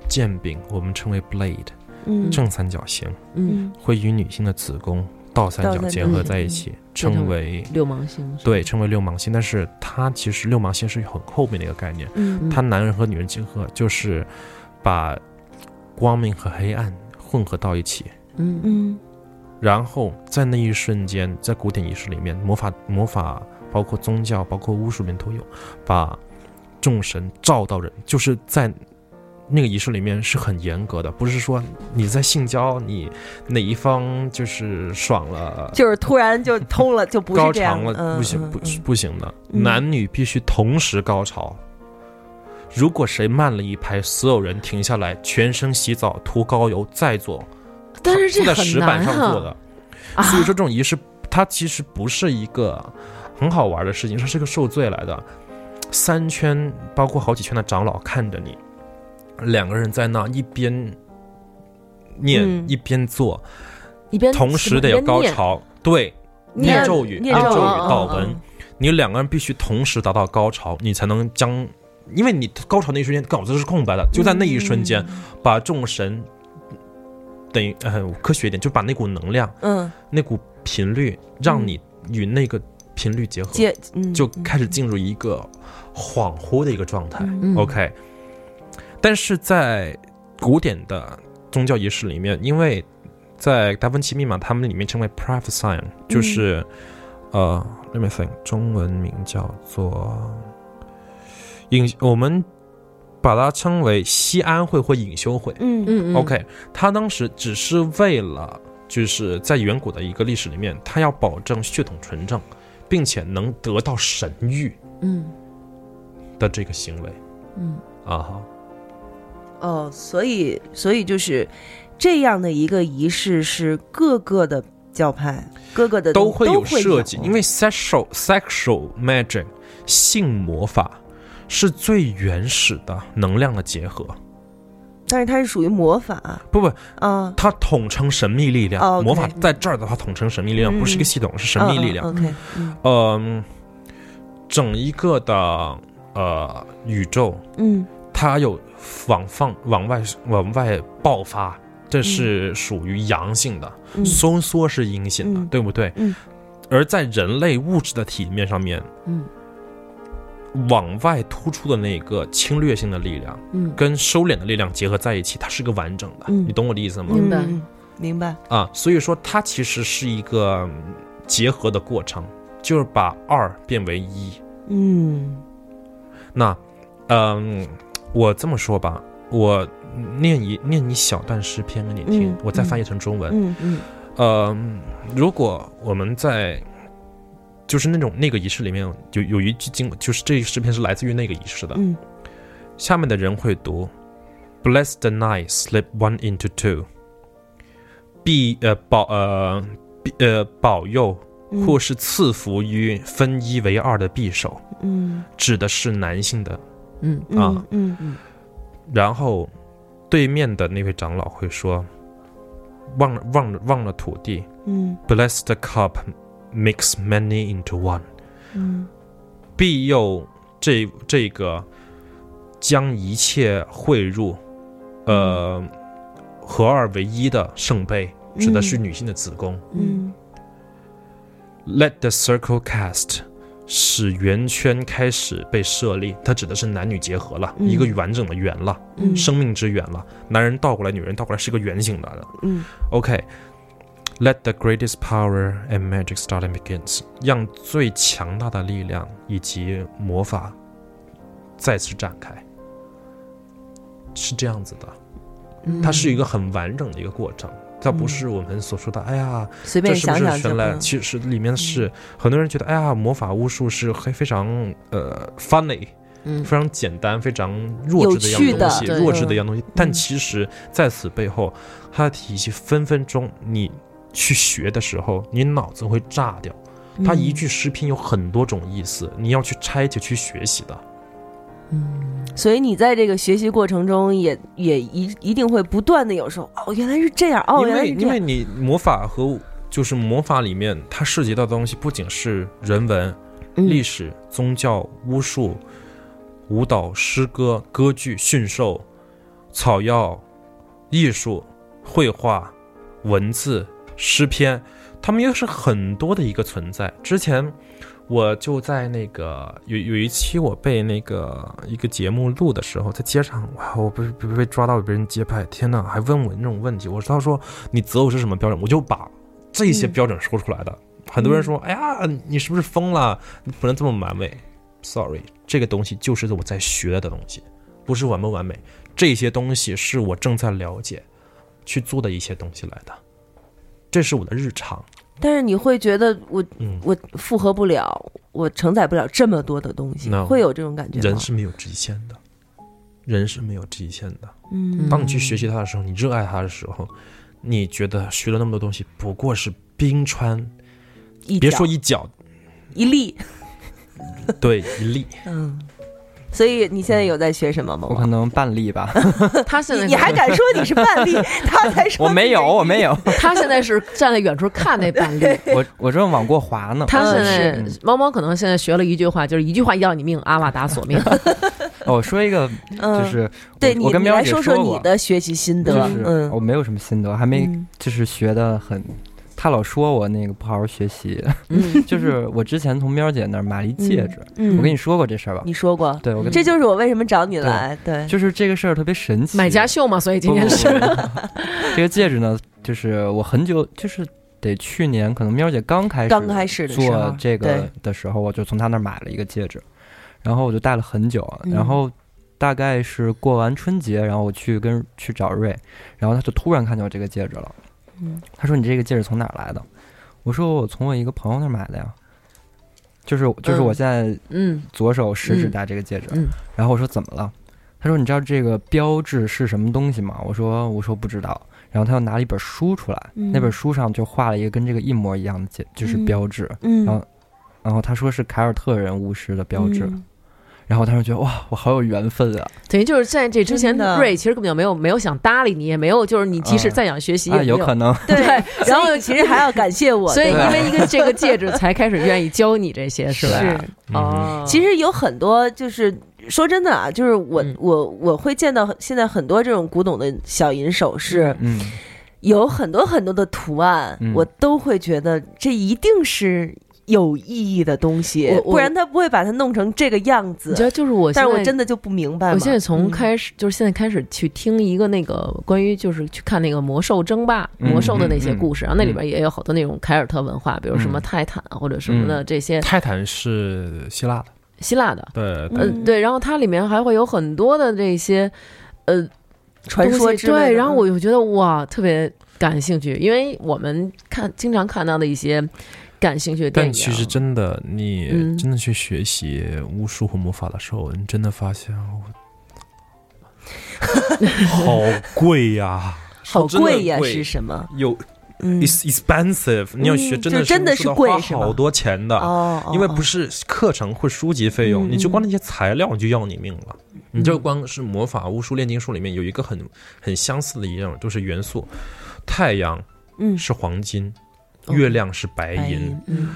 剑柄，我们称为 blade，
嗯
正三角形，
嗯，
嗯
会与女性的子宫倒三
倒
角
三
结
角
合
形
在一
嗯
起，
这
称
种
为
六芒星，
对，称为六芒星。但是它其实六芒星是很后面的一个概念。
嗯
他男人和女人结合，就是把光明和黑暗混合到一起，
嗯
嗯
然后在那一瞬间，在古典仪式里面，魔法魔法包括宗教，包括巫术里面都有，把众神照到人，就是在那个仪式里面是很严格的，不是说你在性交，你哪一方就是爽了。
就是突然就通了，就不
高
是这样
潮了，
嗯
不行，
嗯
不
嗯
不行的，
嗯
男女必须同时高潮。如果谁慢了一拍，所有人停下来，全身洗澡、涂膏油，再做，
但是
是
这
在
很
石
难
板上做
啊
的。
啊！
所以说这种仪式，它其实不是一个很好玩的事情，它是个受罪来的。三圈包括好几圈的长老看着你，两个人在那一边念、
嗯
一边做，
一边
同时得有高，潮，对，
念
念咒语，
念
念
咒
咒
语
语道
哦哦哦
文，你两个人必须同时达到高潮，你才能将，因为你高潮那一瞬间脑子是空白的，就在那一瞬间，把众神等于呃科学一点，就把那股能量、
嗯，
那股频率，让你与那个频率结合，
接嗯
就开始进入一个恍惚的一个状态。
嗯
嗯
OK，但是在古典的宗教仪式里面，因为在达芬奇密码他们里面称为 private sign，就是、
嗯
呃，let me think，中文名叫做隐，我们把它称为西安会或隐修会。
嗯嗯
嗯嗯
OK，他当时只是为了，就是在远古的一个历史里面，他要保证血统纯正，并且能得到神谕
嗯
的这个行为
嗯
啊哈。
哦，所以所以就是这样的一个仪式是各个的教派各个的
都会有设计，
有
因为 sexual sexual magic 性魔法是最原始的能量的结合，
但是它是属于魔法
不不，
啊，
它统称神秘力量。
哦，OK
魔法在这儿的话，统称神秘力量，
嗯
不是一个系统，是神秘力量。
嗯嗯 OK，嗯
嗯，整一个的呃宇宙，
嗯
它有往放往外往外爆发，这是属于阳性的，
嗯
收缩是阴性的，
嗯
对不对？
嗯
而在人类物质的体面上面，
嗯，
往外突出的那个侵略性的力量
嗯，
跟收敛的力量结合在一起，它是个完整的，
嗯
你懂我的意思吗？
明白
嗯明白，
啊，所以说它其实是一个嗯结合的过程，就是把二变为一。
嗯
那，嗯，我这么说吧，我念一念一小段诗篇给你听，
嗯
我再翻译成中文。
嗯嗯
呃，如果我们在就是那种那个仪式里面有有一句经，就是这一诗篇是来自于那个仪式的，
嗯
下面的人会读：Bless the night, slip one into two，必呃保呃必呃保佑
嗯
或是赐福于分一为二的匕首，
嗯
指的是男性的。
嗯
嗯
啊
嗯
然后对面的那位长老会说：“忘了忘了忘了土地
嗯
，bless the cup, mix many into one，
嗯
庇佑这这个将一切汇入，呃，合二为一的圣杯，指的是女性的子宫。
嗯
Let the circle cast。”使圆圈开始被设立，它指的是男女结合了，
嗯
一个完整的圆了。
嗯
生命之源了。男人倒过来，女人倒过来是一个圆形的。
嗯
OK。Let the greatest power and magic start and begins，让最强大的力量以及魔法再次展开，是这样子的。它是一
嗯
个很完整的一个过程，它不是我们所说的“哎呀，
随
这
便
是不
想
是
想就
神来？”
嗯
其实里面是很多人觉得“哎呀，魔法巫术是非非常呃 funny”，
嗯
非常简单、非常弱智的一样东西，
有趣的
弱智的一样东西。但
嗯
其实在此背后，它的体系分分钟你去学的时候，你脑子会炸掉。它
嗯
一句诗篇有很多种意思，你要去拆解去学习的。
所以你在这个学习过程中也，也一一定会不断的有时候，哦，原来是这样，哦，
因
原来
为
是这
因为
样，
你魔法和就是魔法里面，它涉及到的东西不仅是人文、
嗯
历史、宗教、巫术、舞蹈、诗歌、歌剧、驯兽、草药、艺术、绘画、文字、诗篇，它们又是很多的一个存在。之前我就在那个有有一期我被那个一个节目录的时候，在街上，哇，我被被被抓到别人街拍，天呐，还问我那种问题。我知道说你择偶是什么标准，我就把这
嗯
些标准说出来的。很多人说，哎呀，你是不是疯了？你不能这么完美。Sorry，这个东西就是我在学的东西，不是完不完美，这些东西是我正在了解，去做的一些东西来的，这是我的日常。
但是你会觉得我
嗯，
我负荷不了，我承载不了这么多的东西
No
会有这种感觉吗？
人是没有极限的，人是没有极限的。
嗯
当你去学习它的时候，你热爱它的时候，你觉得学了那么多东西不过是冰川，
一
别
角
说一角，
一粒，
对一 粒。
嗯。所以你现在有在学什么吗？
我可能半 粒吧，
他现
你
在
你还敢说你是半 粒？他才说
我没有，我没有，
他现在是站在远处看那板栗。
我我正往过滑呢。
他现在、
嗯
猫猫可能现在学了一句话，就是一句话要你命，阿瓦达索 命。
哦我说一个，
你，
就
嗯，
是
对
我
你
我跟
你
喵儿
来
姐
说
说
你
过
的学习心
就
得，
是
嗯
我没有什么心得，还没
嗯
就是学的很。他老说我那个不好好学习，
嗯，
就是我之前从喵姐那儿买了一戒指，
嗯，
我跟你说过这事儿吧？
你说过，
对，我跟
这就是我为什么找你来，对，
就是这个事儿特别神奇。
买家秀嘛，所以今天是
不不不不这个戒指呢，就是我很久，就是得去年，可能喵姐刚开始
刚开始的时候
做，这个
对，
的时候，我就从她那儿买了一个戒指，然后我就戴了很久，
嗯
然后大概是过完春节，然后我去跟去找瑞，然后他就突然看见我这个戒指了，
嗯
他说你这个戒指从哪儿来的？我说我从我一个朋友那儿买的呀。就是就是
嗯
我现在
嗯
左手食指
嗯
戴这个戒指，
嗯
然后我说怎么了？他说你知道这个标志是什么东西吗？我说我说不知道。然后他又拿了一本书出来，
嗯
那本书上就画了一个跟这个一模一样的戒，就是
嗯
标志。然
嗯
后，然后他说是凯尔特人巫师的标志。
嗯
然后当时觉得哇，我好有缘分啊！
等于就是在这之前
真，的
瑞其实根本就没有没有想搭理你，也没有就是你即使
啊
再想学习，
啊，
也没
有可 能，
对，
然
然
后
后其实还要感谢我，
所以
对
因
吧
为一个这个戒指才开始愿意教你这 些，是
啊
吧？
是
嗯，
哦，
其实有很多就是。说真的啊，就是我、
嗯
我我会见到现在很多这种古董的小银首饰，
嗯，
有很多很多的图案，
嗯
我都会觉得这一定是有意义的东西
我，我
不然他不会把它弄成这个样
你知道，
子。
就是我现
但
在
是我真的就不明白嘛。
我现在从
嗯
开始、就是现在开始去听一个那个关于就是去看那个魔兽争霸、魔兽的那些故事，
嗯嗯
然后那里边也有好多那种凯尔特文化，比如什么
嗯
泰坦啊或者什
嗯
么的这些
泰坦是希腊的，
希腊的，
对
嗯
对，
嗯，对，然后它里面还会有很多的这些呃
传说
东西
之类的嗯
对，然后
嗯
我就觉得哇，特别感兴趣，因为我们看经常看到的一些感兴趣的电影
但
啊，
其实真的，你
嗯
真的去学习巫术和魔法的时候，你真的发 现，哦好贵呀、
好
真的
贵呀，
贵
是什么？
有
嗯
is expensive，、你要学真的
就真的是
要
贵
花
是吗
好多钱的，
哦，哦
啊因为不是课程或书籍费用，
嗯
你就光那些材料你就要你命了。你就光是魔法、巫术、炼金术里面有一个很很相似的一样，就是元素，太阳
嗯
是黄金，
嗯
月亮是白
白
银，
银嗯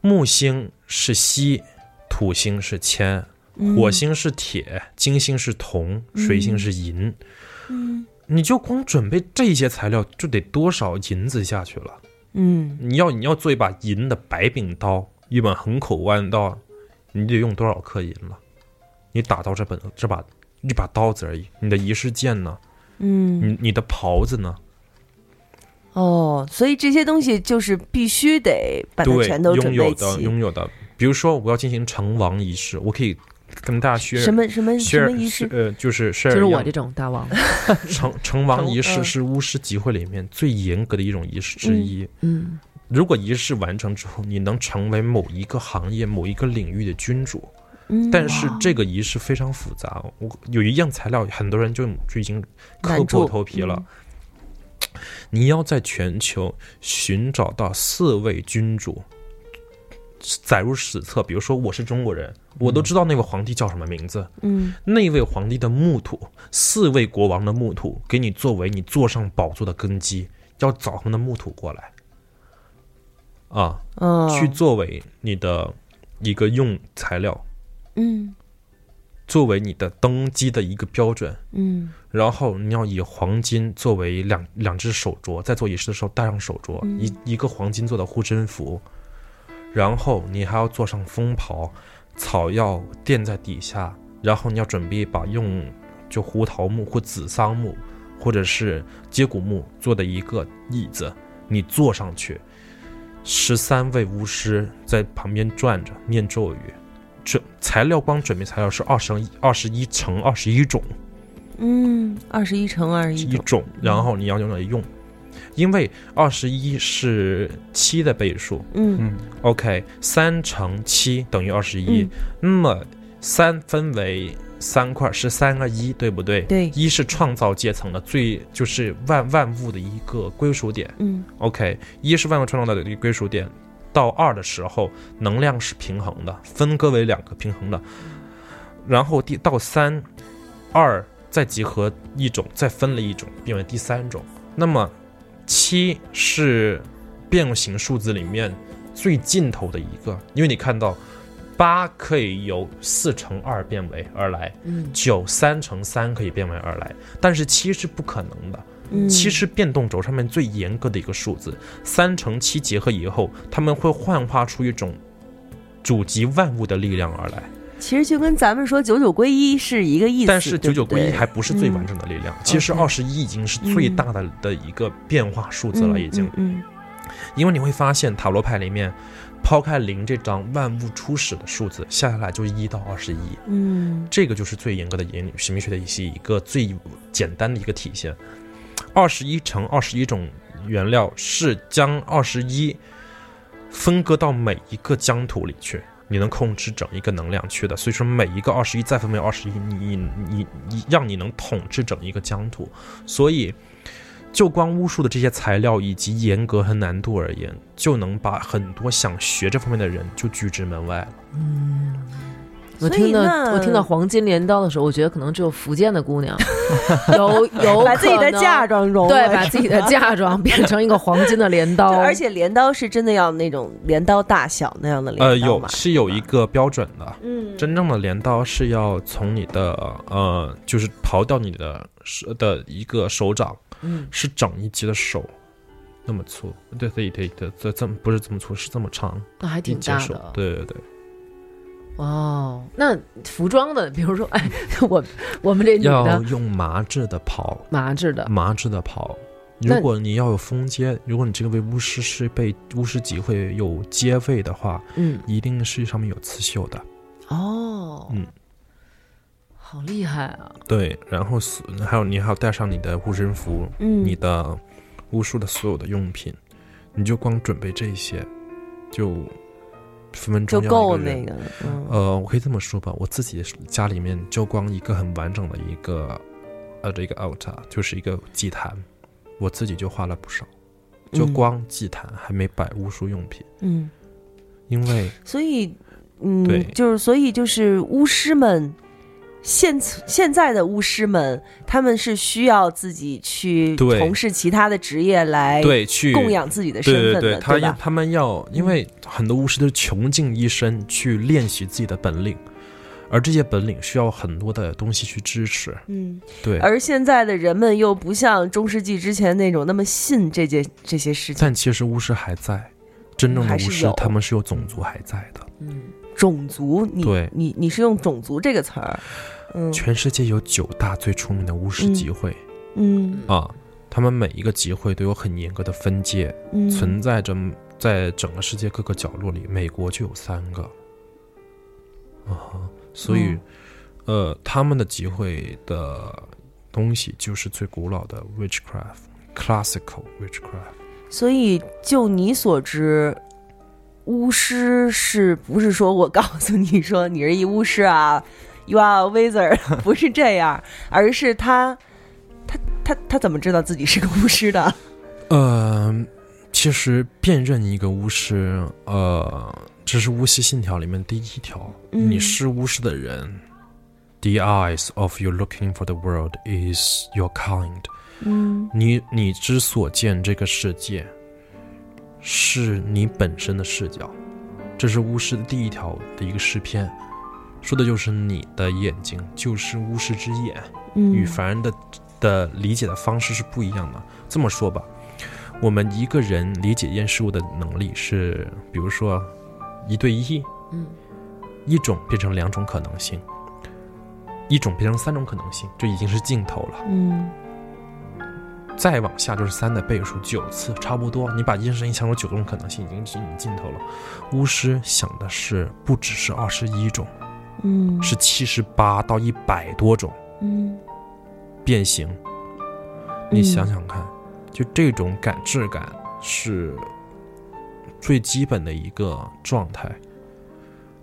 木星是锡，土星是铅，
嗯
火星是铁，金星是铜，水星是银。
嗯
你就光准备这些材料，就得多少银子下去了？
嗯
你要你要做一把银的白柄刀，一本横口弯刀，你得用多少克银了？你打到这本这把一把刀子而已，你的仪式剑呢？
嗯
你你的袍子呢？
哦，所以这些东西就是必须得把它
对，
全都准
拥
备
有的
齐。
拥有的，比如说我要进行成王仪式，我可以跟大家学
什么什么什么
share
仪式？
呃，就是
就
share
是
一
我
样
这种 大王，
成成王仪式
嗯
是巫师集会里面最严格的一种仪式之一。
嗯
如果仪式完成之后，你能成为某一个行业、某一个领域的君主，
嗯
但是这个仪式非常复杂。我有一样材料，很多人就就已经磕
难嗯住
破头皮了。你要在全球寻找到四位君主，载入史册。比如说，我是中国人，我都知道那位皇帝叫什么名字。
嗯
那位皇帝的墓土，四位国王的墓土，给你作为你坐上宝座的根基，要找他们的墓土过来，啊，
哦
去作为你的一个用材料，
嗯
作为你的登基的一个标准。
嗯
然后你要以黄金作为两两只手镯，在做仪式的时候戴上手镯，一、一个黄金做的护身符，然后你还要做上风袍，草药垫在底下，然后你要准备一把用就胡桃木或紫桑木或者是接骨木做的一个椅子，你坐上去，十三位巫师在旁边转着念咒语，准材料光准备材料是二十二十一乘二十一种
嗯，二十一乘二十一
一种，然后你要用来用，因为二十一是七的倍数
嗯
嗯，
，OK，三乘七等于二十一
嗯，
那么三分为三块，是三个一，对不对？
对
一是创造阶层的最就是万万物的一个归属点
嗯
，OK，一是万物创造的一个归属点，到二的时候能量是平衡的，分割为两个平衡的，然后第到三，二再集合一种，再分了一种，变为第三种。那么七是变形数字里面最尽头的一个，因为你看到八可以由四乘二变为而来。
嗯
九三乘三可以变为二来，但是七是不可能的。
嗯，
七是变动轴上面最严格的一个数字，三乘七结合以后，他们会幻化出一种主及万物的力量而来。
其实就跟咱们说九九归一是一个意思，
但是九
对
九
不对嗯
归一还不是最完整的力量，其实
OK
二十一已经是最大的的一个变化数字了，已经。
嗯
因为你会发现塔罗牌里面，抛开零这张万物初始的数字，下来就一到二十一。
嗯
这个就是最严格的言语神秘学的一些一个最简单的一个体现。二十一乘二十一种原料是将二十一分割到每一个疆土里去，你能控制整一个能量区的。所以说，每一个二十一再分为二十一，你你你你让你能统治整一个疆土。所以，就光巫术的这些材料以及严格和难度而言，就能把很多想学这方面的人就拒之门外了。
我
所
听
以
到
那
我听到黄金镰刀的时候，我觉得可能只有福建的姑 娘有有
把自己的
可能
嫁妆融了，
对，把自己的嫁妆变成一个黄金的镰刀，
对而且镰刀是真的要那种镰刀大小那样的镰刀
呃，有
嘛
是有一个标准的，
嗯
真正的镰刀是要从你的呃，就是刨掉你的手的一个手掌，
嗯，
是整一截的手那么粗，对对对对，这这么不是这么粗，是这么长
那还
一
挺
截
大
手
的，。
对对对，
哦，那服装的，比如说，哎， 我我们这女
要
的
用麻质的刨，
麻质的，
麻质的刨。
那
如果你要有封阶，如果你这个位巫师是被巫师级会有阶位的话，
嗯，
一定是上面有刺绣的。
哦，
嗯，
好厉害啊！
对，然后所还有你还要带上你的护身符，
嗯
你的巫术的所有的用品，你就光准备这些，就分分
就
钟要
够
一个
那
人。
个了，嗯
呃，我可以这么说吧，我自己家里面就光一个很完整的一个呃这个 altar，就是一个祭坛，我自己就花了不少，就
嗯
光祭坛还没摆巫术用品，
嗯，
因为
所以
对
嗯，就是所以就是巫师们。现现在的巫师们，他们是需要自己去
对
从事其他的职业来
对去
供养自己的身
对
份
对
的，
对，他要
吧？嗯
他们要，因为很多巫师都是穷尽一生去练习自己的本领，而这些本领需要很多的东西去支持。
嗯，
对，
而现在的人们又不像中世纪之前那种那么信这件这些事情，
但其实巫师还在，真正
嗯
的
还
巫
是
师
有
他们是有种族还在的，
嗯，
种族，你
对
你你是用种族这个词儿，嗯
全世界有九大最出名的巫师
嗯
集会
嗯
啊，他们每一个集会都有很严格的分界，
嗯，
存在着在整个世界各个角落里，美国就有三个，啊哈，所以，
嗯
呃，他们的集会的东西就是最古老的 witchcraft。Classical witchcraft，
所以就你所知。巫师是不是说我告诉你说你是一巫师啊，you are a wizard，不是这样，而是他，他他他怎么知道自己是个巫师的？
呃，其实辨认一个巫师，呃，这是巫师信条里面第一条，
嗯
你是巫师的人，the eyes of you looking for the world is your kind，
嗯
你你之所见这个世界，是你本身的视角，这是巫师的第一条的一个诗篇，说的就是你的眼睛就是巫师之眼，
嗯
与凡人的的理解的方式是不一样的。这么说吧，我们一个人理解一件事物的能力是，比如说一对一，
嗯，
一种变成两种可能性，一种变成三种可能性，就已经是尽头了。
嗯
再往下就是三的倍数，九次差不多。你把阴神一强说九种可能性已经是你尽头了。巫师想的是不只是二十一种，
嗯
是七十八到一百多种
嗯
变形。你想想看，就这种感质感是最基本的一个状态，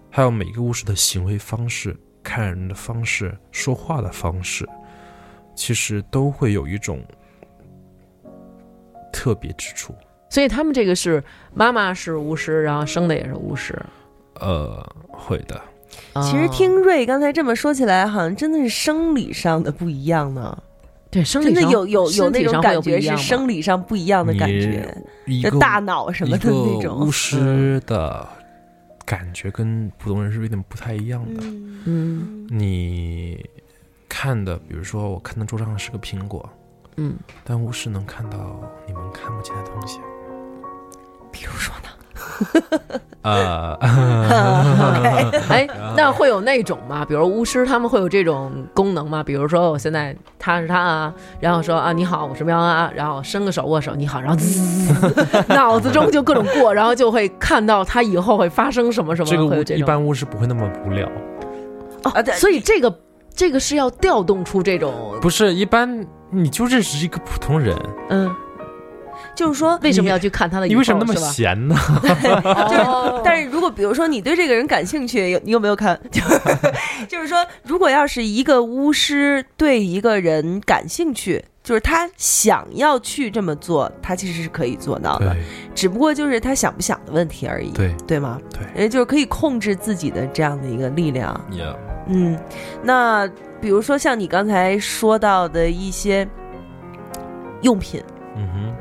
还有每个巫师的行为方式、看人的方式、说话的方式，其实都会有一种特别之处。
所以他们这个是妈妈是巫师，然后生的也是巫师。
呃，会的，
其
啊
实听瑞刚才这么说起来，好像真的是生理上的不一样呢，
对生理
真的
上
有有有
身体
那种
上会
感
有不
觉
一
是
样吗
生理上不一样的感觉，
一
就
个
大脑什么的那
一个
种。
巫师的感觉跟普通人是有点不太一样的。
嗯，
嗯
你看的，比如说我看到桌上是个苹果，
嗯，
但巫师能看到你们看不见的东西。
比如说呢，
呃，
哎，那会有那种吗？比如巫师他们会有这种功能吗？比如说哦我现在他是他啊，然后说啊你好，我是喵啊，然后伸个手握手你好，然后滋 脑子中就各种过，然后就会看到他以后会发生什么什么，
这个
会
巫
有这
一
种哦
般巫师不会那么无聊，
啊对
所以这个这个是要调动出这种
不是一般你就认识一个普通人，
嗯，
就是说
为什么要去看他
呃
的以后？
你为什么那么
是吧哦
闲呢？
就是，但是如果比如说你对这个人感兴趣，有你有没有看？ 就是就是说，如果要是一个巫师对一个人感兴趣，就是他想要去这么做，他其实是可以做到的，只不过就是他想不想的问题而已，
对
对吗？
对
也就是可以控制自己的这样的一个力量。
，yeah，
嗯，那比如说像你刚才说到的一些用品，
嗯哼。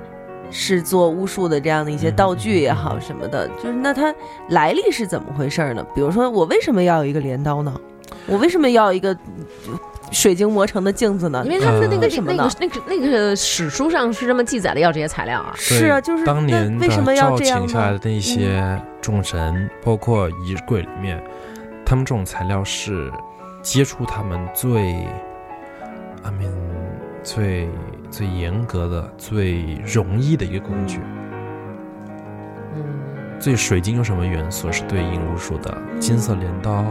是做巫术的这样的一些
嗯
道具也
嗯
好
嗯
什么的，就是那它来历是怎么回事儿呢？比如说，我为什么要有一个镰刀呢？我为什么要一个就水晶磨成的镜子呢
因？为他们的那
嗯
个、
呃
那个那个那个史书上是这么记载的，要这些材料啊。
是啊，就是
当
那
年
为什么
的
要
召
这样
请下来
呢？嗯
的那些众神，包括仪柜里面，他们这种材料是接触他们最，I mean 最最严格的、最容易的一个工具。
嗯，
最水晶有什么元素是对应巫术的？金色镰刀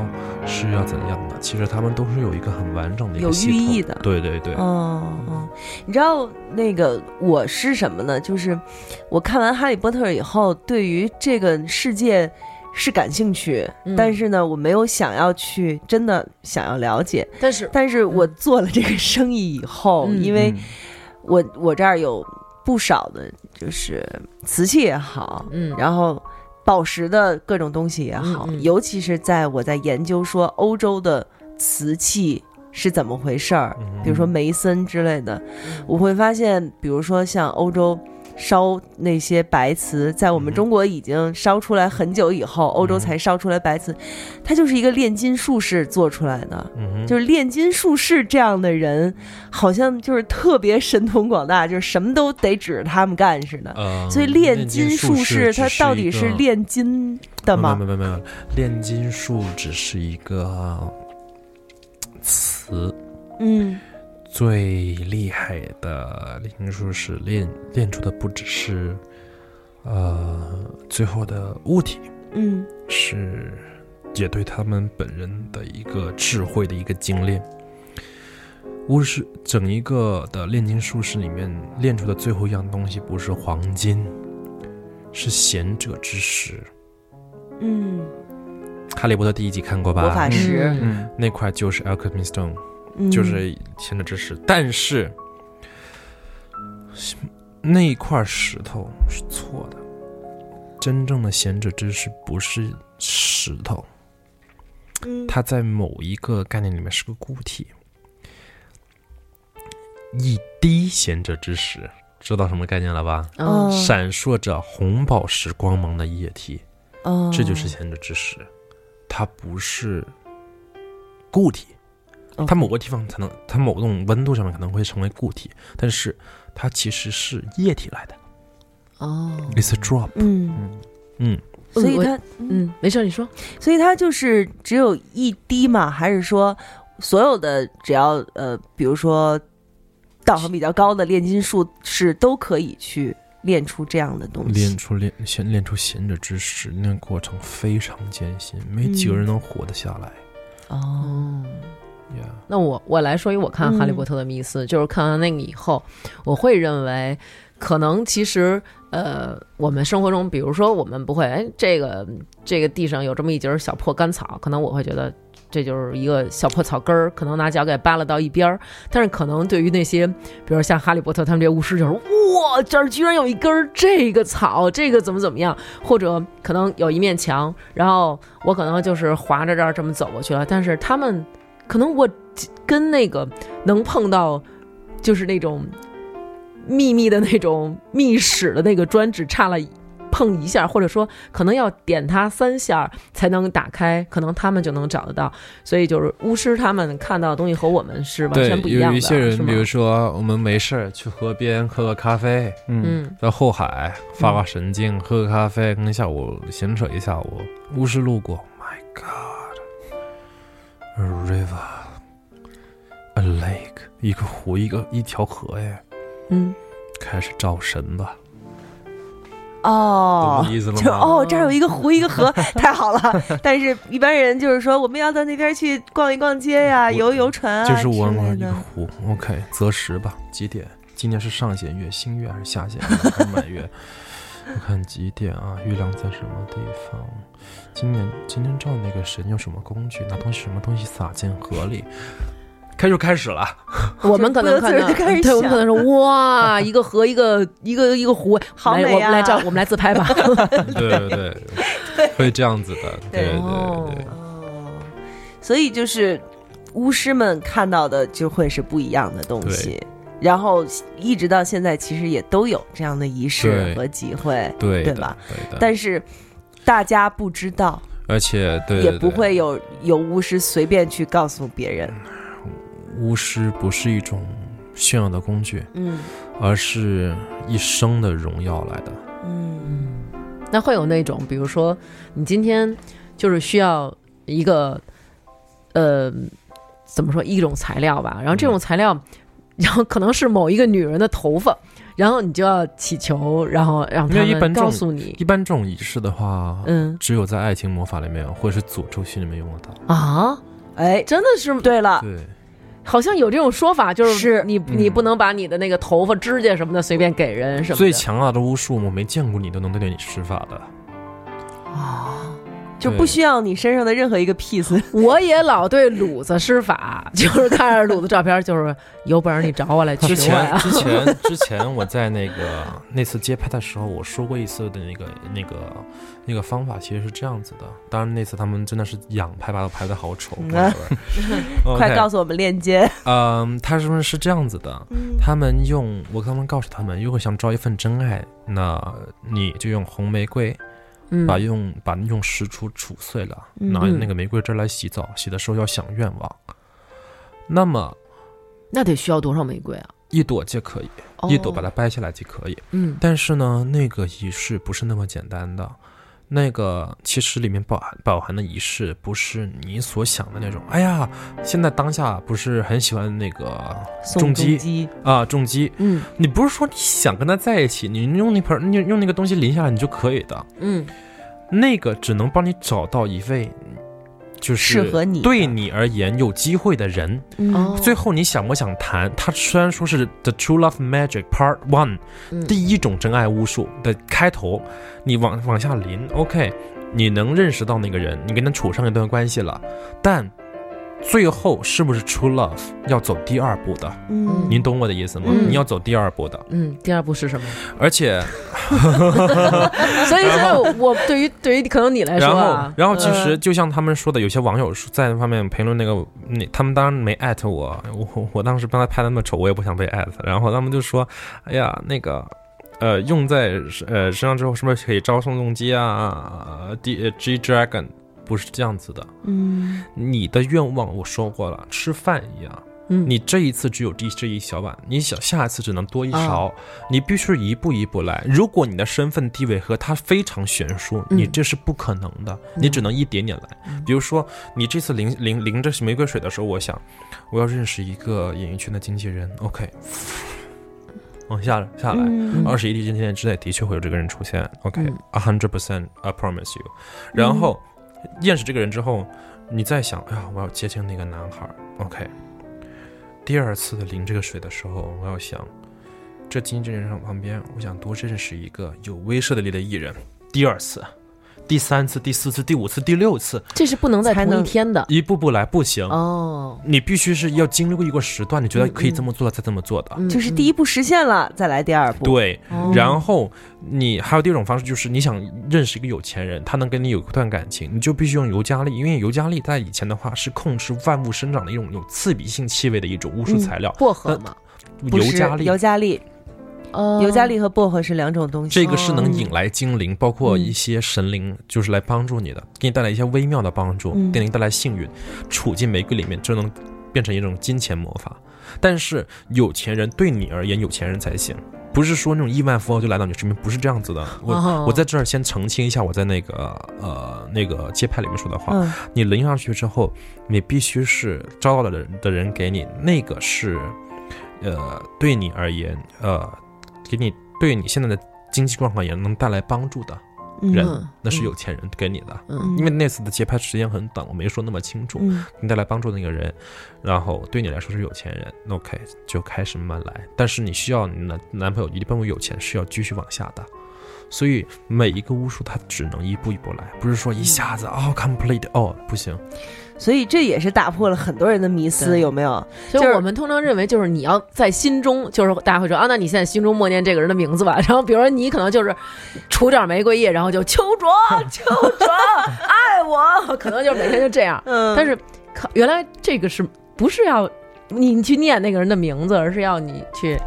是要怎样的？其实他们都是有一个很完整的一
有
个系统
寓意的
对对对，
哦哦，你知道那个我是什么呢？就是我看完《哈利波特》以后，对于这个世界是感兴趣，
嗯
但是呢，我没有想要去真的想要了解。
嗯但是
但是我做了这个生意以后，
嗯
因为我我这儿有不少的，就是瓷器也好，
嗯
然后宝石的各种东西也好，
嗯嗯
尤其是在我在研究说欧洲的瓷器是怎么回事儿，
嗯
比如说梅森之类的，我会发现，比如说像欧洲。烧那些白瓷，在我们
嗯
中国已经烧出来很久以后，欧洲
嗯
才烧出来白瓷，它就是一个炼金术士做出来的。
嗯哼，
就是炼金术士这样的人，好像就是特别神通广大，就是什么都得指着他们干似的。
呃，
所以炼金术士
只
他到底
一
是
个
炼金的吗
没？有没有没有，炼金术只是一个啊词，
嗯
最厉害的炼金术士炼炼出的不只是呃最后的物体，
嗯
是也对他们本人的一个智慧的一个精炼。巫师整一个的炼金术士里面炼出的最后一样东西不是黄金，是贤者之石。
嗯，
哈利波特第一集看过吧？
魔法石，
嗯
那块就是 Alchemy Stone，、
嗯
就是贤者之石。但是那块石头是错的，真正的贤者之石不是石头，
嗯
它在某一个概念里面是个固体。一滴贤者之石，知道什么概念了吧？
哦
嗯，
闪烁着红宝石光芒的液体，
哦，
嗯
这就是贤者之石，它不是固体，
哦
OK
它某个地方才能，它某种温度上面可能会成为固体，但是它其实是液体来的。
哦，
It's a drop。
嗯，
嗯，
所以他
嗯，没事，你说。
所以他就是只有一滴嘛，还是说所有的只要呃，比如说道行比较高的炼金术士都可以去练出这样的东西
练。出练先练出新的知识，那过程非常艰辛，没几
嗯
个人能活得下来。
哦，
Yeah
那我我来说一我看《哈利
嗯
波特》的迷思，就是看完那个以后，我会认为，可能其实呃，我们生活中，比如说我们不会，哎，这个这个地上有这么一截儿小破干草，可能我会觉得这就是一个小破草根儿，可能拿脚给扒拉到一边儿。但是可能对于那些，比如像哈利波特他们这些巫师，就是哇，这儿居然有一根儿这个草，这个怎么怎么样，或者可能有一面墙，然后我可能就是划着这儿这么走过去了，但是他们可能我跟那个能碰到，就是那种秘密的那种密室的那个砖只差了一。碰一下，或者说可能要点它三下才能打开，可能他们就能找得到。所以就是巫师他们看到的东西和我们是完
对
全不，一
有
样的，
一些
是
人，
吗
比如说我们没事儿去河边喝个咖啡，
嗯，
在后海发
嗯
发神经，喝个咖啡，跟下午闲扯一下午。巫师路过，My God，a river，a lake，一个湖，一个一条河哎，
嗯，
开始招神吧，懂
哦
我。意思了
就是
吗？
哦，这儿有一个湖，一个河，太好了。 但是，一般人就是说，我们要到那边去逛一逛街呀、
我
游游船啊，
就是我
之
们
类
一个
的。
湖，OK，择时吧，几点？今年是上弦月、新月还是下 弦月还是满月？我看几点啊？月亮在什么地方？今年今天照那个神用什么工具？拿东西什么东西撒进河里？开就开始 了，
我们可能看到
就不由自然地开始
对，我们
想
可能说哇，一个河，一个一个一个湖，
好
来
美
我们来
啊
照，我们来自拍吧。
对对对， 会这样子的，对
对
对对。
哦，所以就是巫师们看到的就会是不一样的东西。然后一直到现在，其实也都有这样的仪式
对嗯
和机会，
对
对
的
吧？？
对的，
但是大家不知道，
而且对
也
对
不
对
会有有巫师随便去告诉别人。
巫师不是一种炫耀的工具，
嗯
而是一生的荣耀来的。
嗯
那会有那种，比如说你今天就是需要一个，呃，怎么说一种材料吧，然后
嗯
这种材料，然后可能是某一个女人的头发，然后你就要祈求，然后让
没有
他
一般
们
这种
告诉你，
一般这种仪式的话，
嗯
只有在爱情魔法里面或者是诅咒系里面用得到。
啊，
哎，
真的是
对了，
对，
好像有这种说法，就是
嗯
你你不能把你的那个头发、指甲什么的随便给人什么的。
最强大的巫术，我没见过你都能对你施法的。
哦
就不需要你身上的任何一个 piece。
我也老对鲁子施法，就是看着鲁子照片，就是有本事你找我 来
之
娶我
前
呀。
之前之前我在那 个那次街拍的时候，我说过一次的那个那个那个方法其实是这样子的。当然那次他们真的是仰拍，把我拍的好丑。
嗯
whatever
快
OK，
告诉我们链接。
嗯，他是不是是这样子的？
嗯
他们用我刚刚告诉他们，如果想招一份真爱，那你就用红玫瑰，
嗯
把用把用石杵杵碎了，啊
嗯
拿那个玫瑰汁来洗澡，洗的时候要想愿望。那么
那得需要多少玫瑰啊？
一朵就可以，
哦
一朵把它掰下来就可以。
嗯
但是呢，那个仪式不是那么简单的。那个其实里面饱含饱含的仪式，不是你所想的那
嗯
种。哎呀，现在当下不是很喜欢那个 重
宋
击
击，
啊，重击。
嗯
你不是说你想跟他在一起，你用那盆，你用那个东西淋下来你就可以的。
嗯
那个只能帮你找到一位，就是
适合你的
对你而言有机会的人。
哦，
最后你想不想谈？它虽然说是《The True Love Magic Part One》
嗯
第一种真爱巫术的开头，你往往下临，OK，你能认识到那个人，你跟他处上一段关系了，但最后是不是 True Love 要走第二步的？
嗯
您懂我的意思吗？
嗯
你要走第二步的，
嗯，第二步是什 么？
而且。
所以，所以我对于对于可能你来说
然
啊
后，，然后其实
呃
就像他们说的，有些网友说在那方面评论那个，那他们当然没艾特我，我我当时帮他拍的那么丑，我也不想被艾特。然后他们就说，哎呀，那个。呃，用在呃身上之后，是不是可以招宋仲基啊呃？D G Dragon 不是这样子的。
嗯
你的愿望我说过了，吃饭一样，
嗯
你这一次只有这这一小碗，你想下一次只能多一
啊
勺，你必须一步一步来。如果你的身份地位和他非常悬殊，
嗯
你这是不可能的，你只能一点点来。比如说，你这次淋淋淋着玫瑰水的时候，我想我要认识一个演艺圈的经纪人，OK，往下来下来。
嗯
二十一天之内的确会有这个人出现。
嗯
OK，a hundred percent，I promise you。然后认识这个人之后，你再想，哎呀，我要接近那个男孩儿。OK，第二次淋这个水的时候，我要想，这经纪人旁边，我想多认识一个有威慑力的艺人。第二次。第三次、第四次、第五次、第六次，
这是不能在
才
同一
能
天的
一步步来，不行，
哦。
你必须是要经历过一个时段，你觉得可以这么做，再这么做的。
嗯
就是第一步实现了，再来第二步。，
对，
嗯
哦
然后你还有第二种方式，就是你想认识一个有钱人，他能跟你有一段感情，你就必须用尤加利，因为尤加利在以前的话是控制万物生长的一种有刺鼻性气味的一种巫术材料。
薄荷嘛，
嗯不
尤
是
加利
尤加利，
哦
尤加利和薄荷是两种东西。
这个是
嗯
能引来精灵，包括一些神灵，就是来帮助你的，给你带来一些微妙的帮助，
嗯
给你带来幸运。处进玫瑰里面，就能变成一种金钱魔法。但是有钱人对你而言，有钱人才行，不是说那种亿万富豪就来到你身边，不是这样子的。我、
哦
我在这儿先澄清一下，我在那个呃那个街拍里面说的话，
嗯，
你淋上去之后，你必须是招到的人的人给你，那个是，呃，对你而言，呃，给你对你现在的经济状况也能带来帮助的
嗯
人，
嗯
那是
嗯
有钱人给你的。
嗯
因为那次的节拍时间很短，我没说那么清楚。
嗯
你带来帮助的那个人，然后对你来说是有钱人那，OK，就开始慢慢来。但是你需要你男男朋友一定会有钱，是要继续往下的。所以每一个巫术它只能一步一步来，不是说一下子哦 complete 哦不行，
所以这也是打破了很多人的迷思，
对
有没有？
所以
就是
我们通常认为，就是你要在心中，就是大家会说啊，那你现在心中默念这个人的名字吧。 然后，比如说你可能就是除点玫瑰叶，然后就秋 卓，秋卓爱我，可能就是每天就这样。
嗯
但是可原来这个是不是要你去念那个人的名字，而是要你去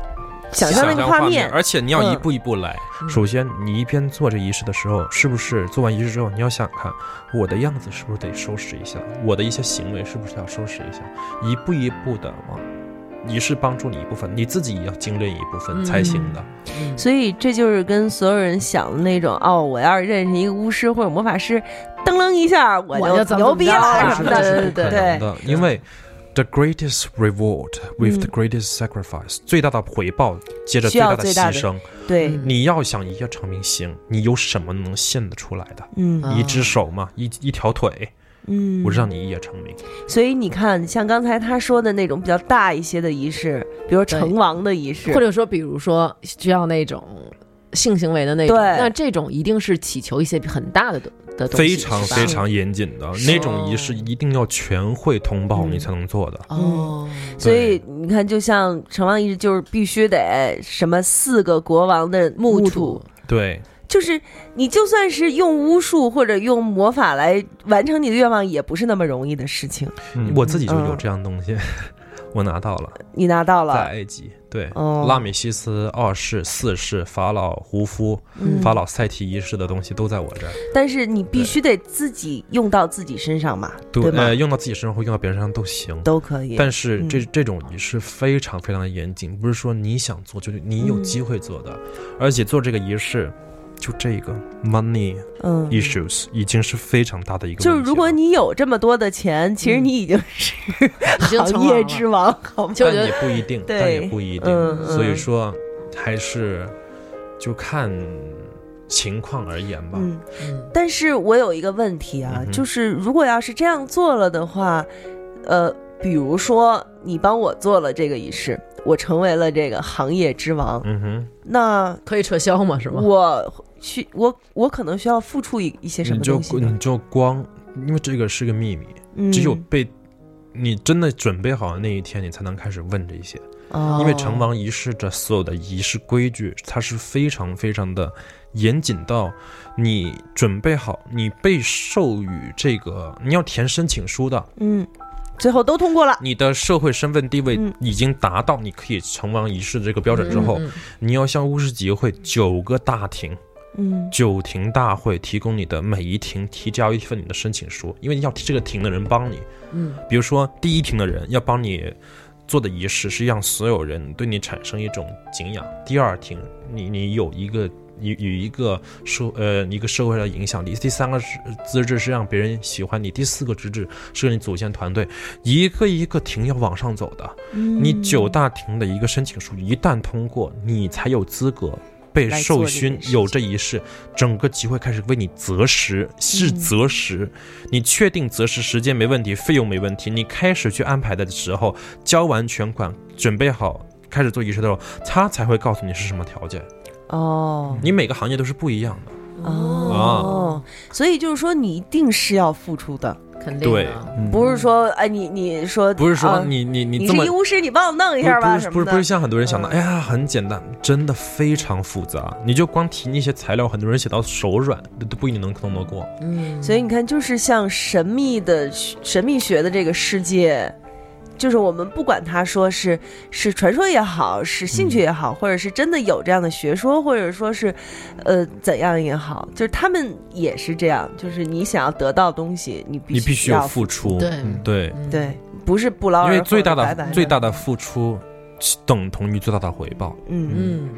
想象那个画面，
而且你要
嗯
一步一步来。
嗯
首先，你一边做这仪式的时候，是不是做完仪式之后，你要想看我的样子是不是得收拾一下，我的一些行为是不是要收拾一下，一步一步的往仪式帮助你一部分，你自己也要精炼一部分
嗯
才行的。
所以这就是跟所有人想的那种哦，我要是认识一个巫师或者魔法师，噔楞一下我
我就怎么
牛逼
着
了
了
什
是
么
这
的，
是
对
不可
对对。
能的，因为 the greatest reward with the greatest sacrifice，、最大的回报接着
需
最
要
大的
最大
牺
的嗯
牲。
对，
你要想一夜成名，行，你有什么能献得出来的？
嗯
啊
一只手嘛，一一条腿，
嗯，
我让你一夜成名。
所以你看，像刚才他说的那种比较大一些的仪式，比如成王的仪式，
或者说，比如说需要那种性行为的那种，
对
那这种一定是祈求一些很大的东的东西，
非常
是吧
非常严谨的
是
那种仪式，一定要全会通报你才能做的。
哦，
嗯所以你看，就像成王仪式，就是必须得什么四个国王的
木
土
土，
对，
就是你就算是用巫术或者用魔法来完成你的愿望，也不是那么容易的事情。
我自己就有
嗯
这样东西，我拿到了，
你拿到了，
在埃及。对，
哦
拉美西斯二世、四世、法老胡夫、
嗯
法老塞提一世的东西都在我这儿。
但是你必须得自己用到自己身上嘛，对吗
呃，？用到自己身上或用到别人身上都行。
都可以。
但是这、
嗯
这种仪式非常非常的严谨，不是说你想做就你
嗯
有机会做的，而且做这个仪式，就这个 money
嗯，
issues 已经是非常大的一个问题
就
了。
是如果你有这么多的钱，其
嗯
实你已经是
已经成
行
王
业
了
之王，好吗？
其实我
但
觉
也
得
不一定，但
对
也不一定，
嗯
所以
嗯
说还是就看情况而言吧。
嗯
嗯，
但是我有一个问题啊，
嗯哼
就是如果要是这样做了的话，呃，比如说你帮我做了这个仪式，我成为了这个行业之王，
嗯哼，
那
可以撤销嘛，是吗？
我需我我可能需要付出一一些什
你
么
就
东西呢？
你就光，因为这个是个秘密，
嗯
只有被你真的准备好的那一天，你才能开始问这些。
哦
因为成王仪式的所有的仪式规矩，它是非常非常的严谨到你准备好，你被授予这个，你要填申请书的，
嗯，最后都通过了，
你的社会身份地位
嗯
已经达到你可以成王仪式的这个标准之后，
嗯嗯
你要向巫师集会九个大庭、
嗯
九庭大会提供你的每一庭提交一份你的申请书，因为要这个庭的人帮你，
嗯，
比如说第一庭的人要帮你做的仪式是让所有人对你产生一种敬仰。第二，挺你你有一个有有一个社呃一个社会的影响力。第三个是资质是让别人喜欢你。第四个资质是你组建团队，一个一个亭要往上走的。
嗯
你九大亭的一个申请书一旦通过，你才有资格。被
来
授
做这
勋
件事
有
情
这一世，整个集会开始为你择时，是择时。你确定择时时间没问题，费用没问题，你开始去安排的时候，交完全款，准备好开始做仪式的时候，他才会告诉你是什么条件。
哦
你每个行业都是不一样的。啊
哦，所以就是说你一定是要付出的，
肯定的啊
对
嗯
不是说哎你你说
不是说
啊
你、你你
你
这
是
么
医务室，你帮我弄一
不是
下吧
不是
什
不
么
是
的
不是像很多人想的，
嗯
哎呀，很简单，真的非常复杂。你就光提那些材料，很多人写到手软，都都不一定能弄得过。
嗯，
所以你看，就是像神秘的神秘学的这个世界，就是我们不管他说是是传说也好，是兴趣也好，或者是真的有这样的学说，或者说是呃怎样也好，就是他们也是这样，就是你想要得到东西，你必
你必须有
要
付出，
对
嗯
对，
嗯，
对，不是不劳而
因为
获
最大
白白
的最大的付出等同于最大的回报
嗯。
嗯，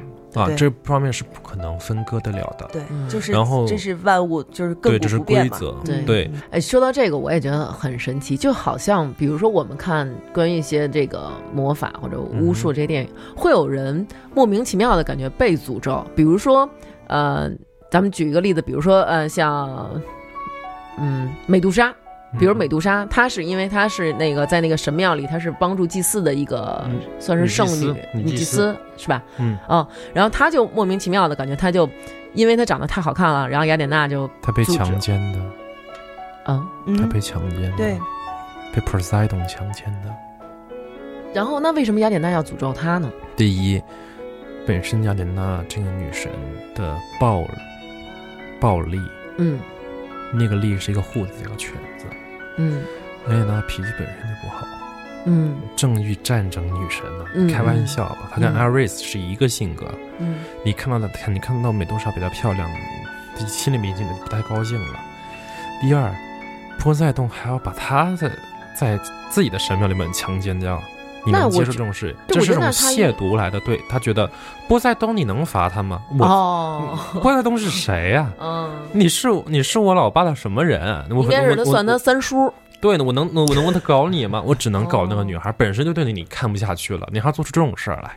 啊，
对
这方面是不可能分割得了的。
对
嗯，
就是
然后
这是万物，就是亘
对，
古
这是
不变
规
嘛
则。
对
对，
哎，说到这个，我也觉得很神奇，就好像比如说我们看关于一些这个魔法或者巫术这些电影，
嗯
会有人莫名其妙的感觉被诅咒，比如说，呃，咱们举一个例子，比如说，呃，像，嗯，美杜莎。
嗯
比如美
嗯
杜莎，她是因为她是那个在那个神庙里，她是帮助祭祀的一个，
嗯
算是
女祭
圣
司
女
女
女
祭
祭
司
司是吧？
嗯，
哦，然后她就莫名其妙的感觉，她就因为她长得太好看了，然后雅典娜就
他被
阻止
强奸的，
嗯，
他
嗯，
被强奸的，
对，，
被 Poseidon 强奸的。
然后那为什么雅典娜要诅咒她呢？
第一，本身雅典娜这个女神的暴暴力，
嗯
那个力是一个护字加个犬字。
嗯
雅典娜脾气本身就不好，啊
嗯
正义战争女神呢、
嗯
开玩笑吧，她跟
嗯
Iris 是一个性格。
嗯
你看到的，看你看到美杜莎比她漂亮，你心里面已经不太高兴了。第二，波塞冬还要把她的在自己的神庙里面强奸掉，你
那
能
我
接受
觉
这种事？
对
这
我
是
觉
种
得他应
亵渎来的。对他觉得波塞冬，你能罚他吗？我、
哦
波塞冬是谁呀、
嗯，
你是你是我老爸的什么人啊？我
应该是他
我
算他
我
三叔，
对呢，我能我能问他搞你吗？我只 能搞那
哦
个女孩，本身就对你你看不下去了，你还做出这种事儿来，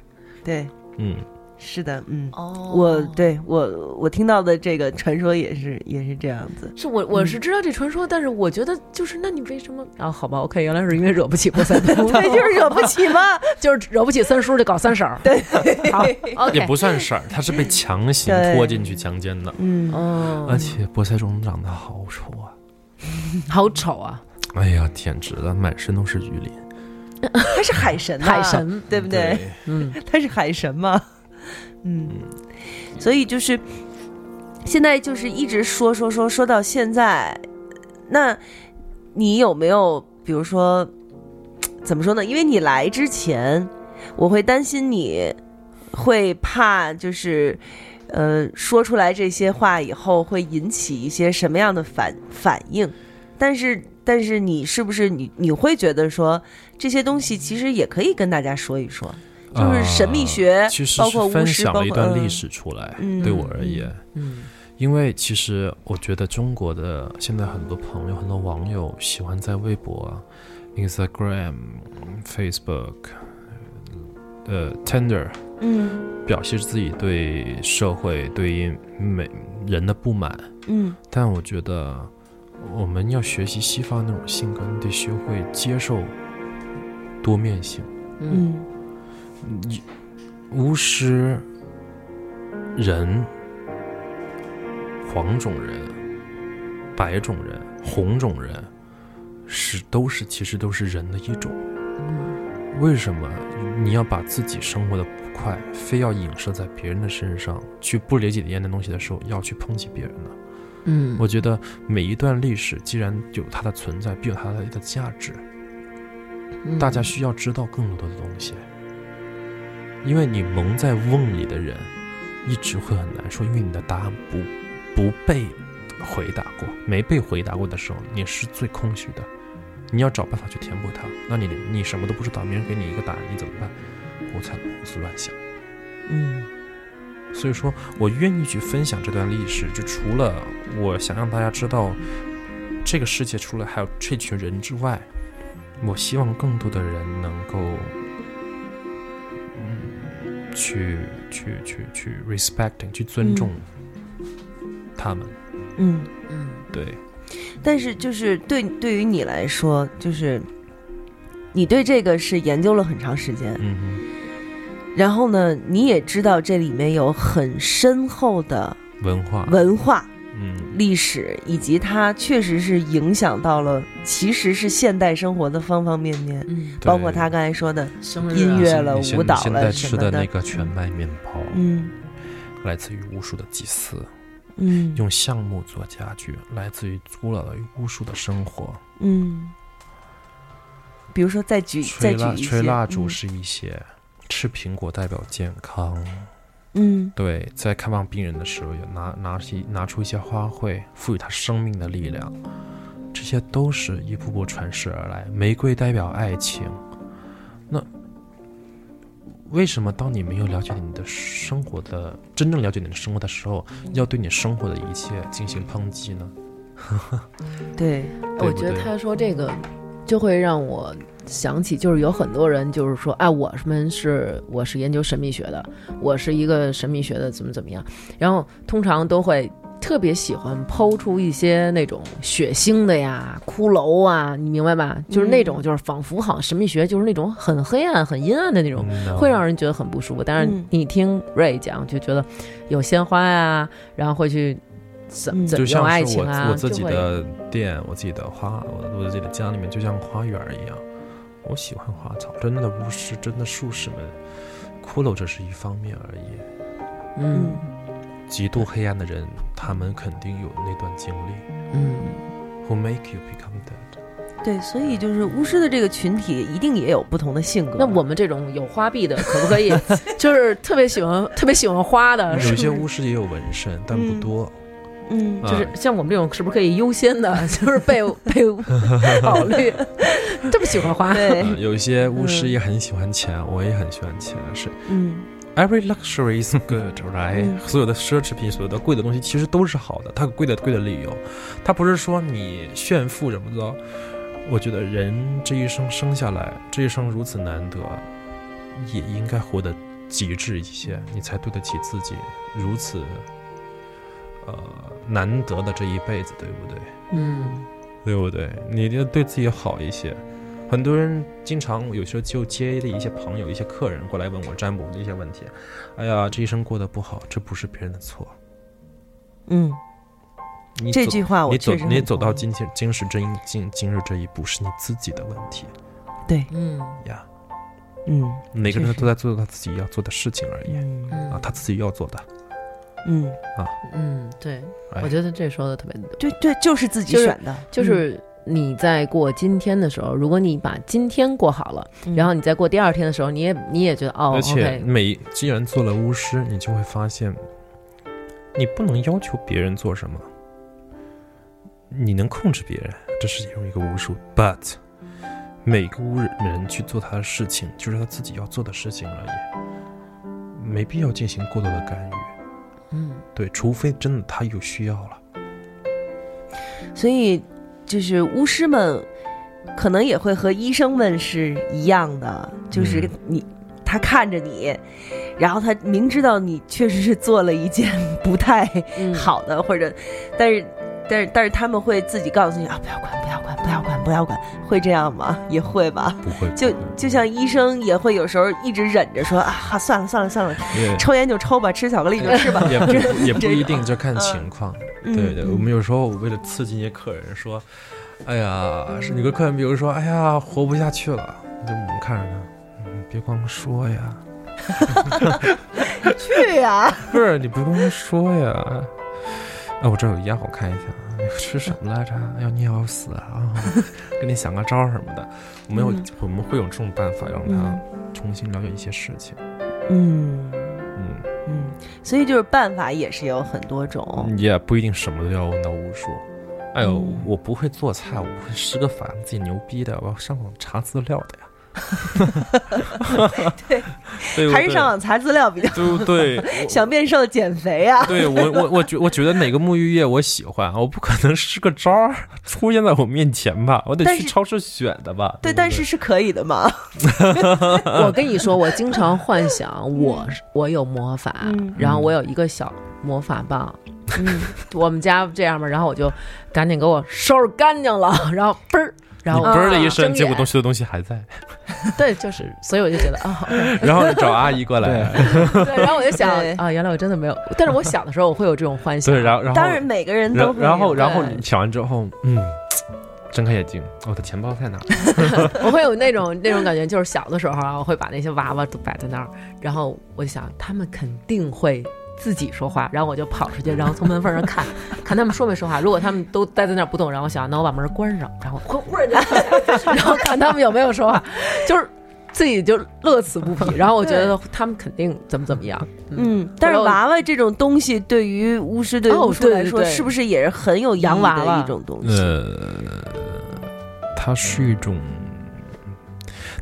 对，
嗯。
是的，嗯，
哦
我对我我听到的这个传说也是也是这样 子，
是我我是知道这传说，但是我觉得就是那你为什么啊？嗯好吧，OK，原来是因为惹不起波 塞冬，
对，就是惹不起嘛，
就是惹不起三叔就搞三婶儿， 对，好
也
，OK，
不算事儿，他是被强行
对
拖进去强奸的。
嗯，
嗯，
而且博塞中长得好丑啊！
好丑啊，
哎呀，简直了，满身都是鱼鳞。
他是海神、啊，
海，神，
对不对？
嗯
他是海神嘛，嗯，所以就是现在就是一直说说说说到现在，那你有没有比如说怎么说呢？因为你来之前，我会担心你会怕就是。呃，说出来这些话以后会引起一些什么样的反反应？但是，但是你是不是你你会觉得说这些东西其实也可以跟大家说一说？就是神秘学
呃其实
包
是
括
分
巫师
享了一
包
段
括
历史出来，
嗯
对我而言，
嗯
因为其实我觉得中国的现在很多朋友、很多网友喜欢在微博、啊、Instagram、Facebook、呃 Tender
嗯
表现自己对社会、对美人的不满。
嗯
但我觉得我们要学习西方那种性格，你得学会接受多面性。
嗯
嗯
你巫师、人、黄种人、白种人、红种人，是都是其实都是人的一种。为什么你要把自己生活的不快，非要影射在别人的身上，去不理解别人的东西的时候，要去抨击别人呢？
嗯，
我觉得每一段历史既然有它的存在，必有它的价值。
嗯
大家需要知道更多的东西，因为你蒙在瓮里的人，一直会很难受，因为你的答案不不被回答过，没被回答过的时候，你是最空虚的，你要找办法去填补它。那你你什么都不知道，没人给你一个答案，你怎么办？胡猜胡思乱想。
嗯
所以说我愿意去分享这段历史，就除了我想让大家知道这个世界除了还有这群人之外，我希望更多的人能够，嗯，去去去去 respecting，去尊重他们。
嗯，
嗯，
对，
但是就是对对于你来说，就是你对这个是研究了很长时间，
嗯哼，
然后呢，你也知道这里面有很深厚的
文化，
文化
嗯，
历史，以及它确实是影响到了，其实是现代生活的方方面面，
嗯，
包括
对
他刚才说的，
生日啊
音乐了
你现
舞蹈了
现在
什
吃
么
的
的
那个全麦面包，
嗯
来自于无数的祭祀，
嗯
用橡木做家具，来自于古老的巫术的生活。
嗯。比如说，再举再
吹
举
蜡
一
吹
些
蜡烛是一些，吃苹果代表健康。
嗯
对，在看望病人的时候，有拿拿起拿出一些花卉，赋予它生命的力量，这些都是一步步传世而来。玫瑰代表爱情，那为什么当你没有了解你的生活的真正了解你的生活的时候，要对你生活的一切进行抨击呢？
嗯，对，
对
我
不
觉得
对
他说这个，就会让我想起，就是有很多人就是说，哎，我们是我是研究神秘学的，我是一个神秘学的怎么怎么样，然后通常都会。特别喜欢剖出一些那种血腥的呀、骷髅啊，你明白吧？就是
嗯
那种，就是仿佛好像神秘学就是那种很黑暗、很阴暗的那种
嗯呐
会让人觉得很不舒服。但是
嗯
你听瑞讲，就觉得有鲜花呀、然后会去
嗯
怎
就
怎么用
像
爱
是
情
我、
啊，
我自己
就会
的店，我自己的花，我我自己的家里面就像花园儿一样，我喜欢花草，真正的巫师，真的术士们，骷髅这是一方面而已。
嗯
极度黑暗的人，他们肯定有那段经历。
嗯
Who make you become dead？
对，所以就是巫师的这个群体一定也有不同的性格。
那我们这种有花臂的，可不 可以？就是特别喜欢特别喜欢花的，
有
呃是
一些巫师也有纹身，但不
嗯
多。
嗯，
就是
啊
像我们这种，是不是可以优先的，就是 被被考虑？这么喜欢 花，
对
啊、，有一些巫
嗯
师也很喜欢钱，我也很喜欢钱，是
嗯
Every luxury is good, right？、
嗯
所有的奢侈品，所有的贵的东西，其实都是好的。它有贵的贵的理由，它不是说你炫富什么的。我觉得人这一生生下来，这一生如此难得，也应该活得极致一些，你才对得起自己如此，呃，难得的这一辈子，对不对？
嗯
对不对？你一定要对自己好一些。很多人经常有时候就接的一些朋友、一些客人过来问我占卜的一些问题，哎呀，这一生过得不好，这不是别人的错。
嗯，
你
这
走
句话我
你走
确实
你
很
走
同
到
意
今天今时今今今日这一步是你自己的问题
对，
嗯
呀。
嗯
每个人
确实
都在做他自己要做的事情而已
嗯
啊，
嗯
他自己要做的。
嗯，
嗯，对，
哎
我觉得这说的特别对。
对对，就是自己
就是
选的，嗯
就是你在过今天的时候，如果你把今天过好了，
嗯
然后你再过第二天的时候，你也你也觉得哦
而且
，OK，
每既然做了巫师，你就会发现，你不能要求别人做什么，你能控制别人，这是其中一个巫术。But 每个巫人去做他的事情，就是他自己要做的事情而已，没必要进行过多的干预。
嗯，
对，除非真的他有需要了。
所以就是巫师们可能也会和医生们是一样的，就是
嗯
你、他看着你，然后他明知道你确实是做了一件 不太
嗯，
好的，或者，但是，但是，但是他们会自己告诉你啊，不要管，不要管，不要管，不要管，会这样吗？也会吧。
不会，
就就像医生也会有时候一直忍着说啊，算了算了算了，
也
抽烟就抽吧，吃巧克力就吃吧。
也不也不
这
一
种
定，就看情况。
嗯
对对，我们有时候为了刺激一些客人说，哎呀，是有个客人，比如说，哎呀，活不下去了，就我们看着他，嗯，别光说呀，
对呀，
不 是你别光说呀，啊，我这有药，我看一下。你吃什么来着？哎呦，你也要死啊！ 给你想个招儿什么的，我们有、
嗯
我们会有这种办法让他
嗯
重新了解一些事情。
嗯
嗯，
嗯，所以就是办法也是有很多种。
也不一定什么都要用到巫术，哎呦，
嗯
我不会做菜，我不会施个法，自己牛逼的，我要上网查资料的呀。
对，
对不
还是
对
上网查资料比较
对不对？
想变瘦减肥啊
我？对我我我觉我觉得哪个沐浴液我喜欢，我不可能施个招儿出现在我面前吧？我得
但
去
是
超市选的吧？
对，
不
但是是可以的嘛。
我跟你说，我经常幻想我我有魔法，
嗯
然后我有一个小魔法 棒。嗯，我们家这样吧，然后我就赶紧给我收拾干净了， 然后嘣儿，然
你
后
嘣儿的一
睁
声，
眼
结果东西的东西还在，
对，就是，所以我就觉得啊，
然后你找阿姨过来，
对，然后我就想
对
啊，原来我真的没有，但是我小的时候我会有这种幻 想，
对，然后然后
当然，每个人都
然
会
然后
有
然后
对
你想完之后，嗯，睁开眼睛，我的钱包在哪儿？
我会有那种那种感觉，就是小的时候啊，我会把那些娃娃都摆在那儿，然后我就想他们肯定会自己说话，然后我就跑出去，然后从门缝上看看他们说没说话。如果他们都待在那儿不动，然后我想那我把门关上，然后忽忽然间， 然后看他们有没有说话，就是自己就乐此不疲。然后我觉得他们肯定怎么怎么样，
嗯，但是
然后
娃娃这种东西对于巫师对于
哦
巫术来
对
说，
对对
是不是也是很有意义
洋娃
的
娃
一种
嗯
东西？
呃，它是一种，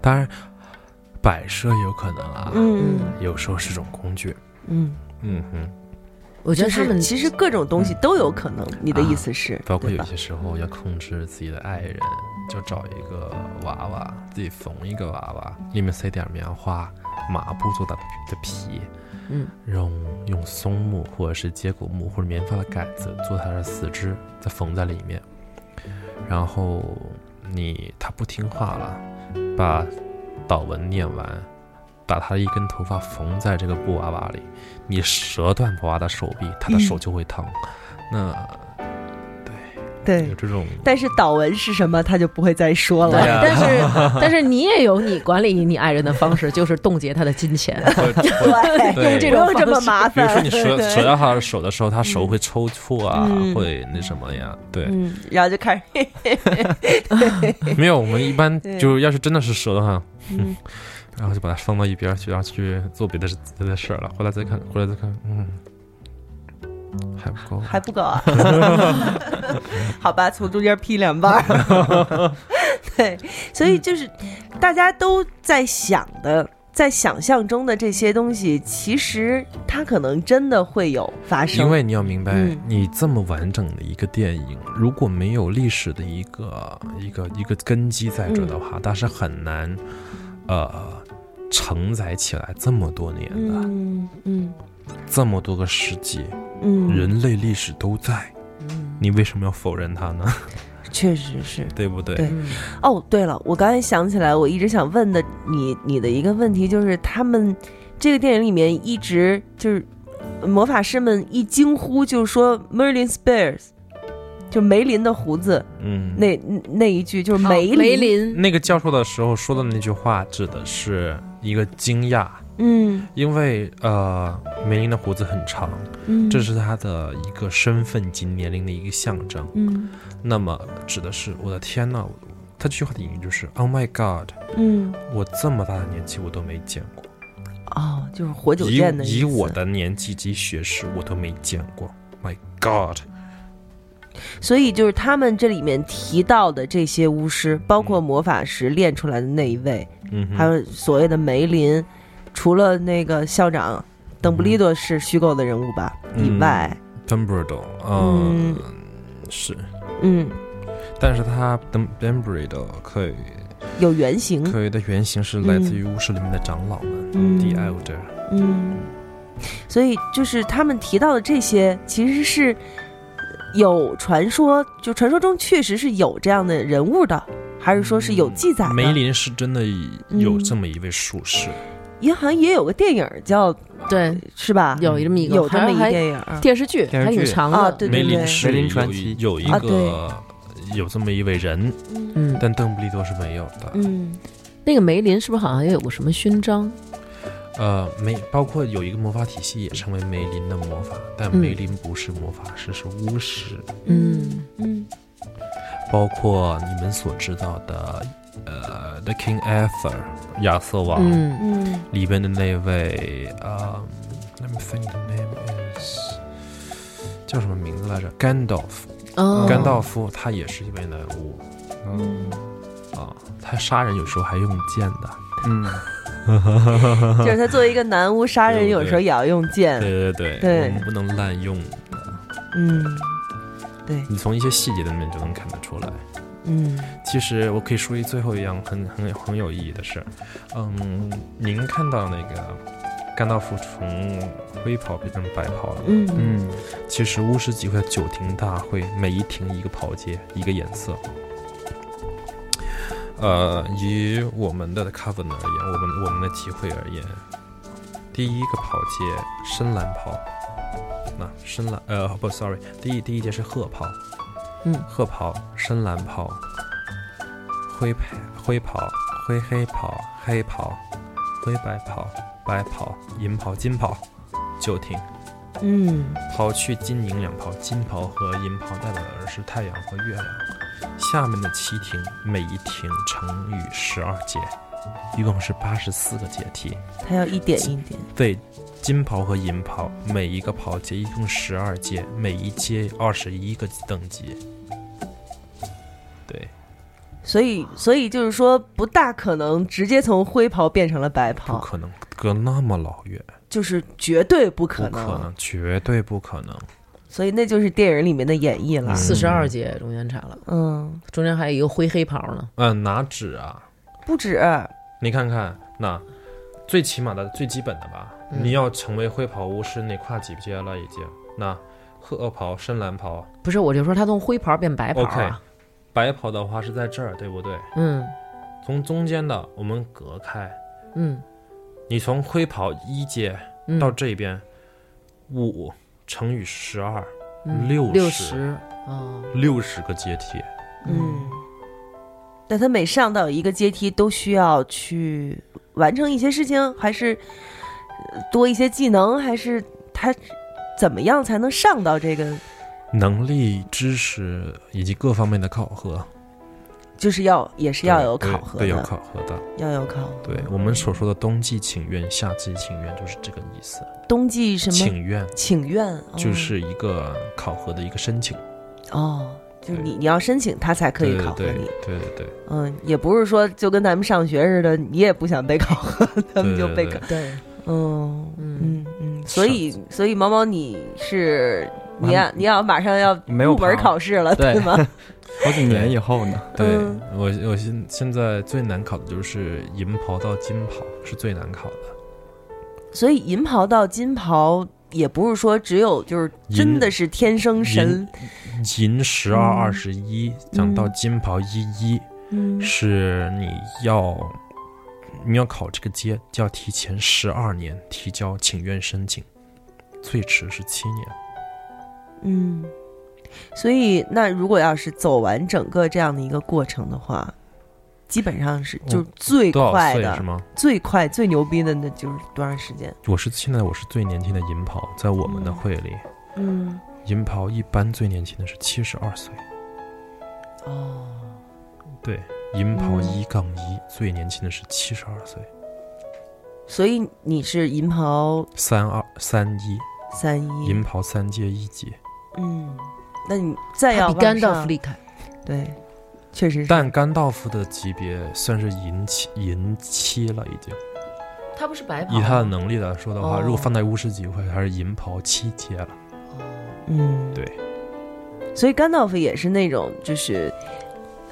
当然摆设有可能啊，
嗯
有时候是种工具。
嗯，
嗯哼，
我觉
就
得他
是嗯
们
其实各种东西都有可能。你的意思是，
啊包括
对
有
吧？
些时候要控制自己的爱人，就找一个娃娃，自己缝一个娃娃，里面塞点棉花、麻布做的的皮，
嗯，
用用松木或者是接骨木或者棉花的杆子做它的四肢，再缝在里面。然后你它不听话了，把祷文念完，把它的一根头发缝在这个布娃娃里，你折断布娃娃的手臂，它的手
嗯
就会疼。那有
对。
这种
但是祷文是什么，他就不会再说
对，
了。
呀
但是但是你也有你管理你爱人的方式，就是冻结他的 金钱。
对
用这种
不用这么
方式
麻
比
烦。
如说你折
对
折到他的手的时候，他手会抽搐啊，
嗯
会那什么呀？对，
嗯，然后就开始，
没有，我们一般
对
就是要是真的是折的话，
嗯
然后就把它放到一边去，然后去做别的事别的事儿了。回来再看，回来再看，嗯，还不够，
还不够啊？ 好吧，从中间劈两半儿。对，所以就是大家都在想的，在想象中的这些东西，其实它可能真的会有发生。
因为你要明白，
嗯
你这么完整的一个电影，如果没有历史的一个一个一个根基在这的
嗯
话，它是很难，呃，承载起来这么多年的，
嗯嗯
这么多个世纪，
嗯，
人类历史都在，你为什么要否认它呢？
确实是。
对不对？
对哦，对了，我刚才想起来，我一直想问的你你的一个问题就是，他们这个电影里面一直就是魔法师们一惊呼就说 Merlin Spears，就梅林的胡子
嗯，
那那一句就是梅林，
哦梅林，
那个教授的时候说的那句话，指的是一个惊讶，
嗯
因为呃，梅林的胡子很长，
嗯，
这是他的一个身份及年龄的一个象征。
嗯
那么指的是我的天呐，他这句话的隐喻就是 Oh my God，
嗯
我这么大的年纪我都没见过，
哦，就是活久
以
见的
以
意
我
思，
的年纪及学识我都没见过。My God，
所以就是他们这里面提到的这些巫师，包括魔法师练出来的那一位，
嗯哼，
还有所谓的梅林，除了那个校长邓布利多是虚构的人物吧、
嗯
以外，
Dumbledore，、
嗯
是，
嗯，
但是他 Dum- Dumbledore 可以
有原型，
可以的原型是来自于巫师里面的长老们、
嗯
t h e Elder，
嗯，所以就是他们提到的这些，其实是有传说，就传说中确实是有这样的人物的，还是说是有记载的？
梅林是真的有
嗯
这么一位术士，
也好像也有个电影叫
对，
是吧？
有这么一个，
嗯有这么一
还
电影。
电视剧，
电视
还
剧
挺长
啊
的。
对
梅林
对
是
梅林
有
传奇
有一
啊
个、有这么一位人，
嗯，
但邓布利多是没有的。
嗯，
那个梅林是不是好像也有个什么勋章？
呃，梅包括有一个魔法体系也称为梅林的魔法，但
嗯
梅林不是魔法师，是巫师。
嗯
包括你们所知道的，呃，《The King Arthur》亚瑟王、
嗯，
嗯，
里边的那位，呃，Let me think the name is 叫什么名字来着？甘道夫，
嗯哦
甘道夫他也是一位男巫
嗯
啊，他杀人有时候还用剑的。
嗯，
就是他作为一个男巫杀人，有时候也要用剑。
对对对，
对
我们不能滥用，
嗯
你从一些细节里面就能看得出来。
嗯
其实我可以说一最后一样很很很有意义的事，嗯，您看到那个甘道夫从灰袍变成白袍了，
嗯
嗯，
其实巫师集会九庭大会，每一庭一个袍阶，一个颜色。呃，以我们的 coven 而言，我们我们的集会而言，第一个袍阶深蓝袍，那、深蓝呃不，sorry，第一第一节是褐袍，
嗯
褐袍、深蓝袍、灰袍、灰袍、灰黑袍、黑袍、灰白袍、白袍、银袍、金袍，九庭。
嗯
刨去金银两袍，金袍和银袍代表的是太阳和月亮。下面的七庭，每一庭乘以十二阶，一共是八十四个阶梯。
他要一点一点。
对，金袍和银袍，每一个袍阶一共十二阶，每一阶二十一个等级。对，
所以，所以就是说，不大可能直接从灰袍变成了白
不
袍，
可能隔那么老远，
就是绝对不
不
可
可
能。
能，绝对不可能。
所以那就是电影里面的演绎了。
四十二节中间差了，
嗯，
中间还有一个灰黑袍呢。
嗯，拿纸啊，
不止。
你看看那最起码的、最基本的吧。
嗯
你要成为会跑巫师，你跨几阶了已经？那褐袍、深蓝袍、
不是，我就说他从灰袍变白袍啊。
白袍的话是在这儿，对不对？
嗯
从中间的我们隔开，
嗯
你从灰袍一阶
嗯，
到这边，五、乘以十二，
嗯六
60
十哦，
六十个阶梯。
嗯，那他每上到一个阶梯，都需要去完成一些事情，还是呃多一些技能，还是他怎么样才能上到这个？
能力、知识以及各方面的考核，
就是要也是要有
对
考核的，
对，要考核的。
要有考核。
对我们所说的冬季请愿、夏季请愿，就是这个意思。
冬季什么
请愿
请愿，哦
就是一个考核的一个申请，
哦，就是
对
你你要申请，他才可以
对
考核
对
你。
对对对，
嗯，也不是说就跟咱们上学似的，你也不想被考核， 他们就被考
对对。
对，
嗯
嗯，
嗯嗯，所以所以毛毛你是你要
完
你要马上要
没有
入门
爬
考试了，
对
吗？
好几年以后呢，
对
嗯
我我现现在最难考的就是银袍到金袍是最难考的，
所以银袍到金袍也不是说只有就是真的是天生神，
银十二
嗯
二十一，讲到金袍一一、
嗯
是你要你要考这个阶，就要提前十二年提交请愿申请，最迟是七年。
嗯。所以那如果要是走完整个这样的一个过程的话，基本上是就是最
多少
快
岁
的、
是吗？
最快最牛逼的那就是多长时间？
我是现在我是最年轻的银袍，在我们的会里，
嗯，
银袍一般最年轻的是七十二岁。
哦，
对，银袍
嗯
一杠一，最年轻的是七十二岁，
所以你是银袍
三二三一，
三一，
银袍三阶一级。
嗯，那你再
他
要
比甘
往上
道夫厉害。
对，确实是。
但甘道夫的级别算是银七银七了，已经。
他不是白袍
哦
以他的能力来说的话，
哦
如果放在巫师集会，还是银袍七阶了。
哦
嗯，
对。
所以甘道夫也是那种，就是，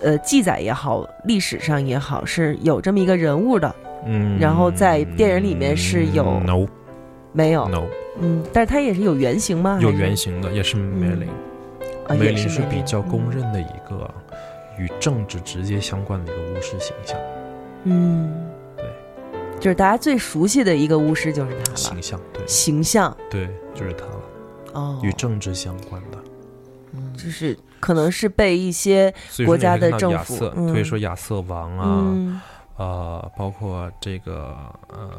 呃，记载也好，历史上也好，是有这么一个人物的，
嗯
然后在电影里面是有
no
没有？
no
嗯，但是他也是有原型吗？
有
还是
原，型的，也是梅林。
啊、
梅
也
林
是
是
梅
比较公
嗯
认的一个与政治直接相关的一个巫师形象
嗯，对，就是大家最熟悉的一个巫师就是他了，
形象，对
形象
对，就是他了，
哦，
与政治相关的。
嗯
就是可能是被一些
所以
国
说你
家
会
的
看到
政
亚
府
瑟
嗯
所以说亚瑟王啊，
嗯
呃，包括这个呃，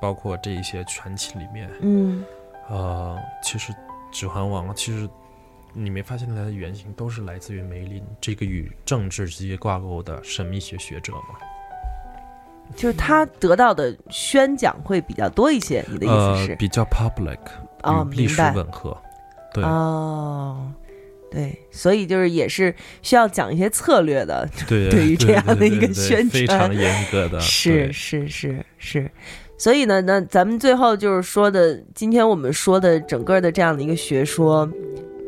包括这一些传奇里面，
嗯
呃，其实《指环王》其实你没发现它的原型都是来自于梅林这个与政治直接挂钩的神秘学学者嘛？
就是他得到的宣讲会比较多一些，你的意思
呃
是，？
比较 public
哦，
与历
明
史
白。
吻合，对，
哦，对，所以就是也是需要讲一些策略的，
对
对于这样的
对
一个
对对
宣
非
传
常严格的，
是
对
是是是，所以呢，那咱们最后就是说的，今天我们说的整个的这样的一个学说，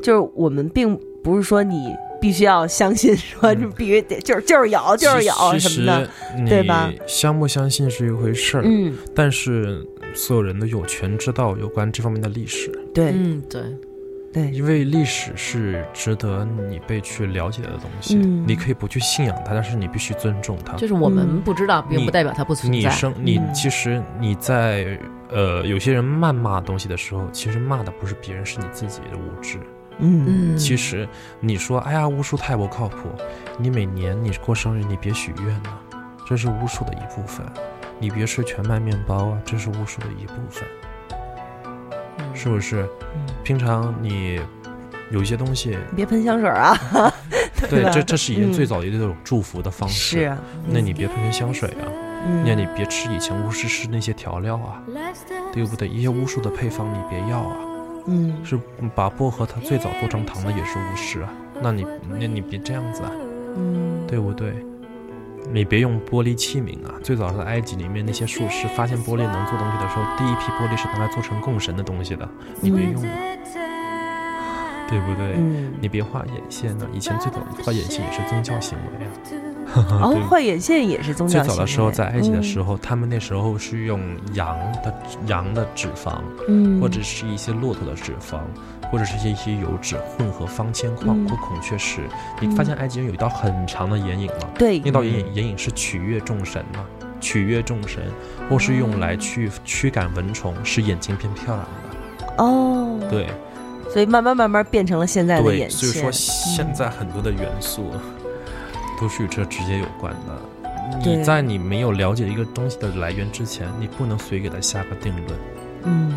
就是我们并不是说你必须要相信说
嗯
这必须得就是就是有就是有
其
什么的，
其实
对吧
你相不相信是一回事儿，
嗯，
但是所有人都有权知道有关这方面的历史，
对
嗯，对，
对
因为历史是值得你被去了解的东西。
嗯
你可以不去信仰它，但是你必须尊重它。
就是我们
嗯
不知道，并
啊你
不代表它不存
你
在。
生你
嗯
其实你在呃有些人谩骂东西的时候，其实骂的不是别人，是你自己的无知。
嗯
嗯，
其实你说哎呀巫术太不靠谱，你每年你过生日你别许愿呐、这是巫术的一部分。你别吃全麦面包啊，这是巫术的一部分，
嗯
是不是？平常你有一些东 西，
别喷香水啊，
对，
吧
这这是以前
嗯
最早的一种祝福的方式。
是啊，
哦那你别喷喷香水啊，
嗯
那你别吃以前巫师吃那些调料啊，对不对？一些巫术的配方你别要啊。
嗯
是把薄荷它最早做成糖的也是巫师啊，那你那你别这样子啊，
嗯
对不对？你别用玻璃器皿啊！最早在埃及里面那些术士发现玻璃能做东西的时候，第一批玻璃是拿来做成供神的东西的，你别用啊，对不对？
嗯，
你别画眼线呢、以前最早画眼线也是宗教行为啊。
哦
对，
画眼线也是宗
最
教
早
行
的时候，
为嗯
在埃及的时候，他们那时候是用羊的羊的脂肪，
嗯
或者是一些骆驼的脂肪，或者是一些油脂混合方铅矿
嗯
或孔雀石。你发现埃及人有一道很长的眼影吗？
嗯对
那道眼影眼影是取悦众神嘛？取悦众神，或是用
嗯
来去驱赶蚊虫，使眼睛变漂亮的。
哦，，
对
所以慢慢慢慢变成了现在的
对，
眼
所以说
线，嗯
现在很多的元素都是与这直接有关的。
对
你在你没有了解一个东西的来源之前，你不能随意给它下个定论。
嗯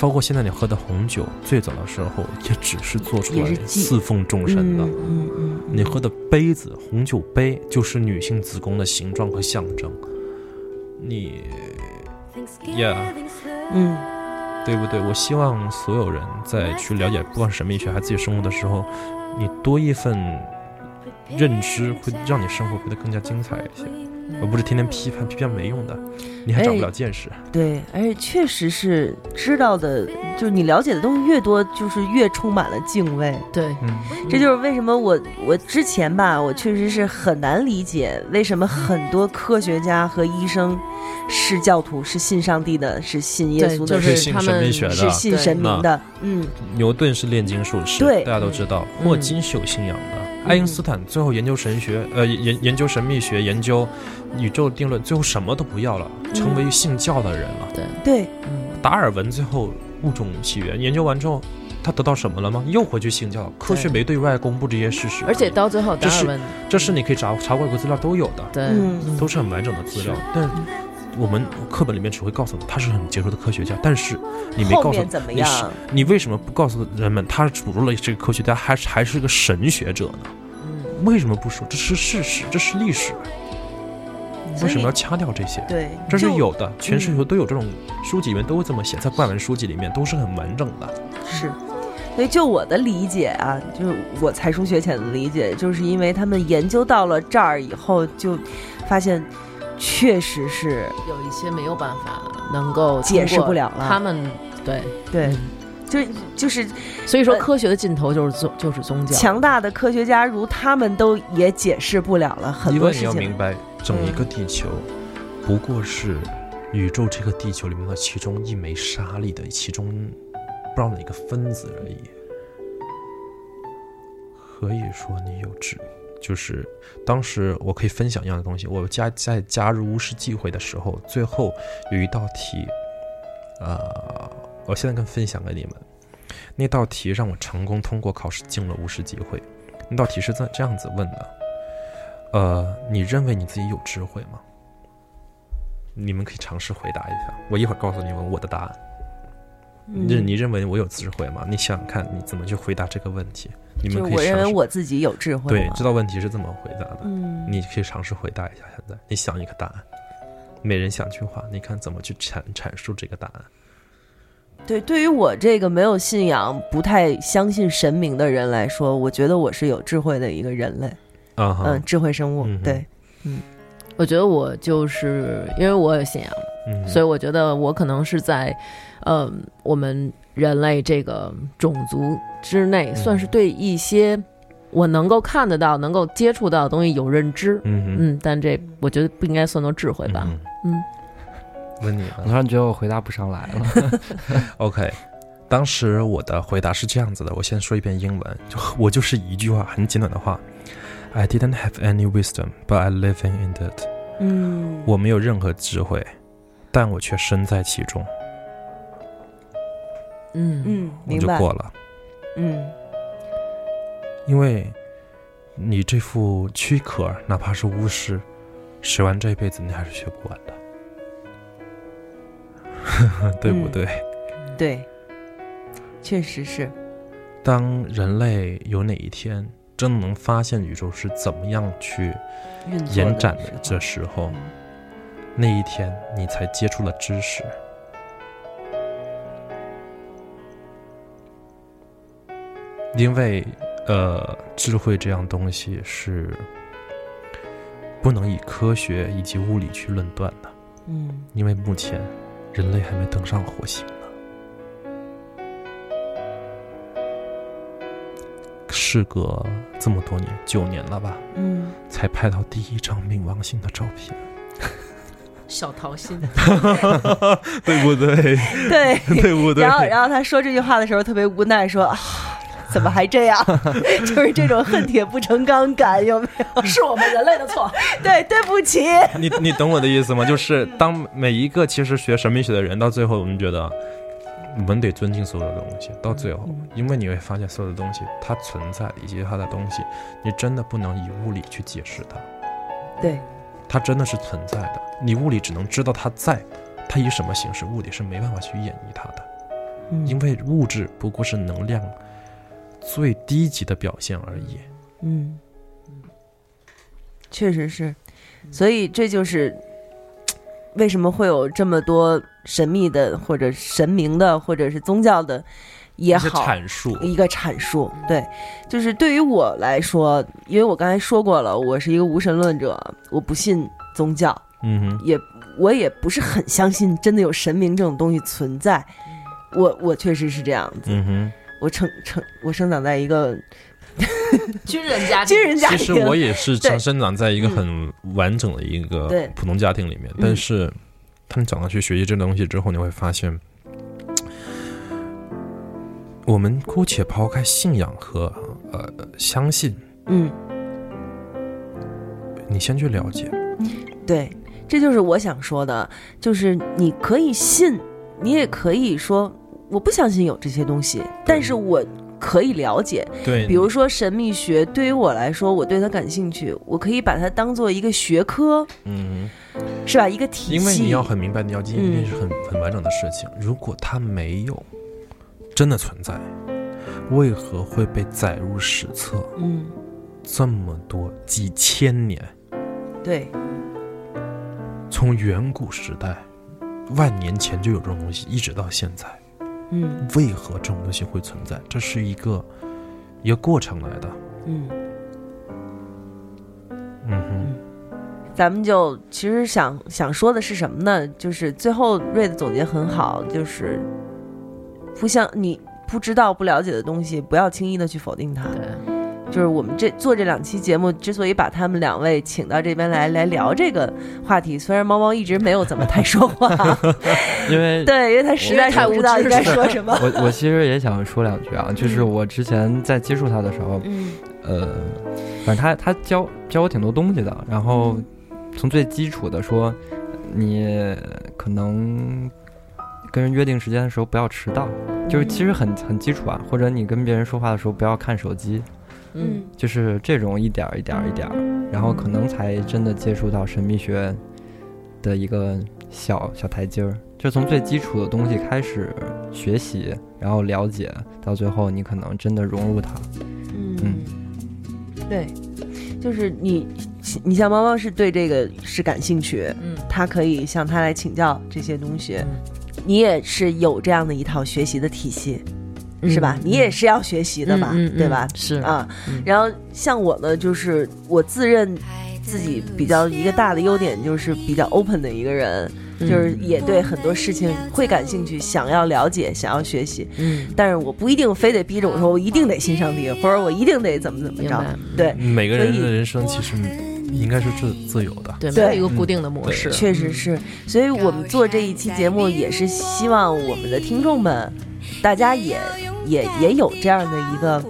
包括现在你喝的红酒，最早的时候也只是做出
也
来
是祭
侍奉众神的。
嗯嗯嗯，
你喝的杯子，红酒杯就是女性子宫的形状和象征。你，yeah，
嗯。
对不对？我希望所有人在去了解不管是神秘学还是自己生活的时候，你多一份认知，会让你生活变得更加精彩一些，而不是天天批判，批判没用的，你还长
哎
不了见识。
对，而且确实是知道的，就是你了解的东西越多，就是越充满了敬畏。
对，
嗯，
这就是为什么我我之前吧，我确实是很难理解为什么很多科学家和医生是教徒，是信上帝的，是信耶
对，
稣
就
的，
是
是
信
他
神
们
秘学的
是信神明的。嗯，
牛顿是炼金术士，
对
大家都知道。
嗯
霍金是有信仰的，爱因斯坦最后研究神学，呃，研研究神秘学，研究宇宙定论，最后什么都不要了，
嗯
成为信教的人了。
对，
嗯，
达尔文最后物种起源研究完之后，他得到什么了吗？又回去信教。科学没对外公布这些事实，
而且到最后达
这
尔
是
文，
这是你可以查查外国资料都有的，
对，
嗯
都是很完整的资料，但。我们课本里面只会告诉你他是很杰出的科学家，但是你没
后
告诉
面怎么
你是
样？
你为什么不告诉人们他是捕捉了这个科学家，还是还是个神学者呢？
嗯
为什么不说？这是事实，这是历史，
所
为
以
什么要掐掉这些？
嗯对，
这是
就嗯
有的，全世界都有这种书籍里面都会这么写，在外文书籍里面都是很完整的。
是，所以就我的理解啊，就是我才疏学浅的理解，就是因为他们研究到了这儿以后，就发现确实是
有一些没有办法能够通
解释
过
不了了
他们对，
对
嗯，
就是就是
所以说
呃
科学的尽头就是宗就是宗教。
强大的科学家，如他们都也解释不了了很
因
多
为你
事
要明
情。
白，整一个地球不过是宇宙这个地球里面的其中一枚沙粒的其中不知道哪个分子而已。可以说你有志，就是当时我可以分享一样的东西。我加在加入巫师忌讳的时候，最后有一道题，呃，我现在跟分享给你们，那道题让我成功通过考试进了巫师忌讳。那道题是这这样子问的，呃，你认为你自己有智慧吗？你们可以尝试回答一下，我一会儿告诉你们我的答案。
嗯
你你认为我有智慧吗？你想想看，你怎么去回答这个问题？你
就是
们可以
我认
尝
为
试
我自己有智慧，
对
嘛，
知道问题是怎么回答的，
嗯，
你可以尝试回答一下。现在你想一个答案，每人想句话，你看怎么去阐阐述这个答案。
对，对于我这个没有信仰、不太相信神明的人来说，我觉得我是有智慧的一个人类，
啊哈，
嗯，智慧生物
嗯。哼
对，
我觉得我就是因为我有信仰，
嗯，
所以
以
我觉得我可能是在，呃，我们人类这个种族之
嗯
内，算是对一些我能够看得到、能够接触到的东西有认知。
嗯
嗯，但这我觉得不应该算作智慧
嗯
吧。
嗯
嗯，
问你啊
我突然觉得我回答不上来了。
，OK。当时我的回答是这样子的，我先说一遍英文，就我就是一句话，很简短的话，I didn't have any wisdom, but I live in it。
嗯，
我没有任何智慧，但我却身在其中，
嗯
嗯，
我
明
就
白。
过了。
嗯
因为你这副躯壳，哪怕是巫师，学完这辈子你还是学不完的， 对不对？
嗯
嗯
对，确实是。
当人类有哪一天真能发现宇宙是怎么样去
运作
延展
的时候嗯
的这时候，那一天你才接触了知识。因为，呃，智慧这样东西是不能以科学以及物理去论断的，
嗯
因为目前人类还没登上火星呢。事隔这么多年，九年了吧，
嗯，
才拍到第一张冥王星的照片。
小桃心，
对不对？
对。
对不对？
然后，然后他说这句话的时候特别无奈，说啊。怎么还这样？ 就是这种恨铁不成钢感，有没有？
是我们人类的错。
对，对不起。
你你懂我的意思吗？就是当每一个其实学神秘学的人，到最后我们觉得，我们得尊敬所有的东西。到最后，
嗯
因为你会发现所有的东西它存在以及它的东西，你真的不能以物理去解释它，
对，
它真的是存在的。你物理只能知道它在，它以什么形式，物理是没办法去演绎它的，
嗯
因为物质不过是能量最低级的表现而已。
嗯，确实是。所以这就是为什么会有这么多神秘的，或者神明的，或者是宗教的也
一些
好，
阐述，
一个阐述。对，就是对于我来说，因为我刚才说过了，我是一个无神论者，我不信宗教，
嗯哼，
也我也不是很相信真的有神明这种东西存在。我我确实是这样子，
嗯哼。
我成成我生长在一个
军人家
军人家庭，
其实我也是
对
生生长在一个很完整的一个
对嗯
普通家庭里面，但是他们长大去学习这东西之后，你会发现，我们姑且抛开信仰和呃相信，
嗯，
你先去了解，
对，这就是我想说的，就是你可以信，你也可以说我不相信有这些东西，但是我可以了解，
对
比如说神秘学，对于我来说，我对它感兴趣，我可以把它当做一个学科，
嗯，
是吧？一个体系。
因为你要很明白，你要经历
嗯
一件是很很完整的事情，如果它没有真的存在，为何会被载入史册
嗯，
这么多几千年？
对，
从远古时代，万年前就有这种东西，一直到现在，
嗯
为何这种东西会存在？这是一个一个过程来的。
嗯，
嗯
咱们就其实想想说的是什么呢？就是最后瑞的总结很好，就是不像你不知道不了解的东西，不要轻易的去否定它。
对，
就是我们这做这两期节目，之所以把他们两位请到这边来来聊这个话题，虽然猫猫一直没有怎么太说 话，
嗯， 因为
对，因为他实在是不知道应该说什么。
我我其实也想说两句啊，就是我之前在接触他的时候，
嗯
呃，反正他他教教我挺多东西的，然后
嗯
从最基础的说，你可能跟人约定时间的时候不要迟到，就是其
嗯
实很很基础啊，或者你跟别人说话的时候不要看手机，
嗯，
就是这种一点儿一点儿一点儿，然后可能才真的接触到神秘学的一个小小台阶儿，就从最基础的东西开始学习，然后了解，到最后你可能真的融入它。
嗯，对，就是你，你像猫猫是对这个是感兴趣，
嗯，
他可以向他来请教这些东西。
嗯
你也是有这样的一套学习的体系，是吧？你也是要学习的吧，
嗯嗯嗯嗯
对吧？
是
啊
嗯，
然后像我呢，就是我自认自己比较一个大的优点就是比较 open 的一个人，
嗯
就是也对很多事情会感兴趣，想要了解，想要学习，
嗯，
但是我不一定非得逼着我说我一定得欣赏这个，或者我一定得怎么怎么
明
着
白，嗯
对。
每个人
所
的
以
人生其实应该是自自由的。
对，没
对
有一个固定的模式，
确实是，所以我们做这一期节目也是希望我们的听众们，大家也也也有这样的一个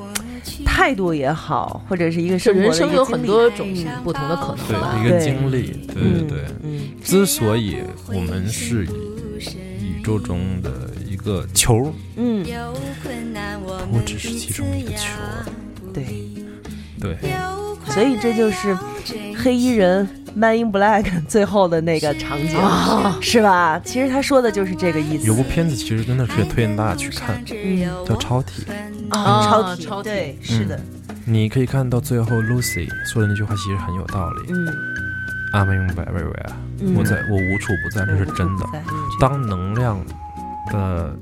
态度也好，或者是一个生
是
活的
人
一
生
个
有
经
很
历
多种不同的可能吧
对，一。个
对
经历，对对
嗯
对。
嗯
之所以我们是以宇宙中的一个球，
嗯，
我只是其中一个球，啊
对，
对，
所以这就是黑衣人 Man in Black 最后的那个场景，是吧？其实他说的就是这个意思。
有部片子其实真的是可以推荐大家去看，
嗯
叫《超体》，
啊
超体，
超体
对，是的，
你可以看到最后，Lucy 说的那句话其实很有道理
嗯，
：“I'm in everywhere，
嗯
我在，我无处不在，这是真的。
在”
当能量的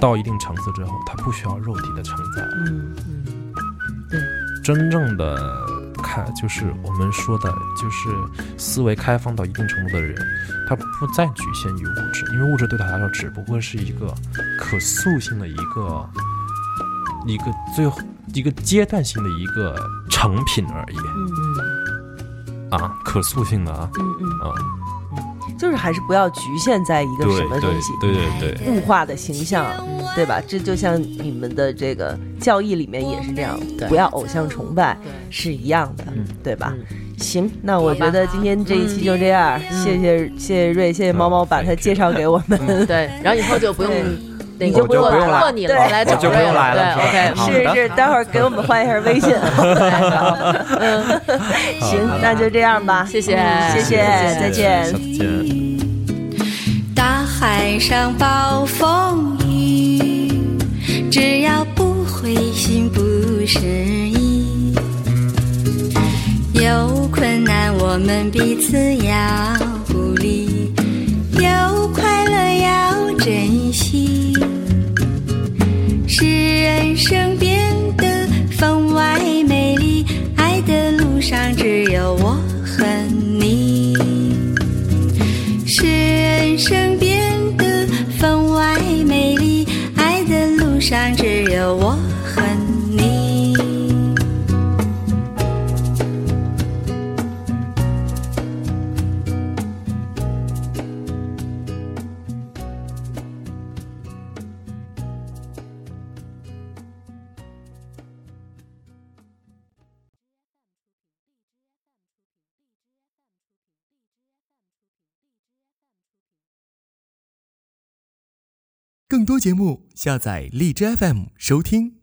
到一定层次之后，它不需要肉体的承载，
嗯
真正的开，就是我们说的，就是思维开放到一定程度的人，他不再局限于物质，因为物质对他来说只不过是一个可塑性的一个一个最后一个阶段性的一个成品而已
嗯
啊，可塑性的啊
嗯
啊，
嗯，就是还是不要局限在一个什么东西
对对对，
物化的形象，啊对吧？这就像你们的这个教义里面也是这样，
对
不要偶像崇拜
对
是一样的，
嗯
对吧？
嗯
行，那我觉得今天这一期就这样，谢谢谢谢瑞，谢谢猫猫把它介绍给我们。
对，然后以后就不用
对
那
你
个
就不用
过
来了
过你了
对
来
我
找
就不
人
用来了
对，OK，
是吧
好
是
的
是，待会儿给我们换一下微信。嗯行，那就这样吧，嗯
谢谢
谢谢，再见
下。次见。
大海上暴风雨，只要不灰心不失意。有困难我们彼此要鼓励，有快乐要珍惜，使人生变得分外美丽。爱的路上只有我和你。使人生变得分外美丽。爱的路上只有我和你。
更多节目，下载荔枝 FM 收听。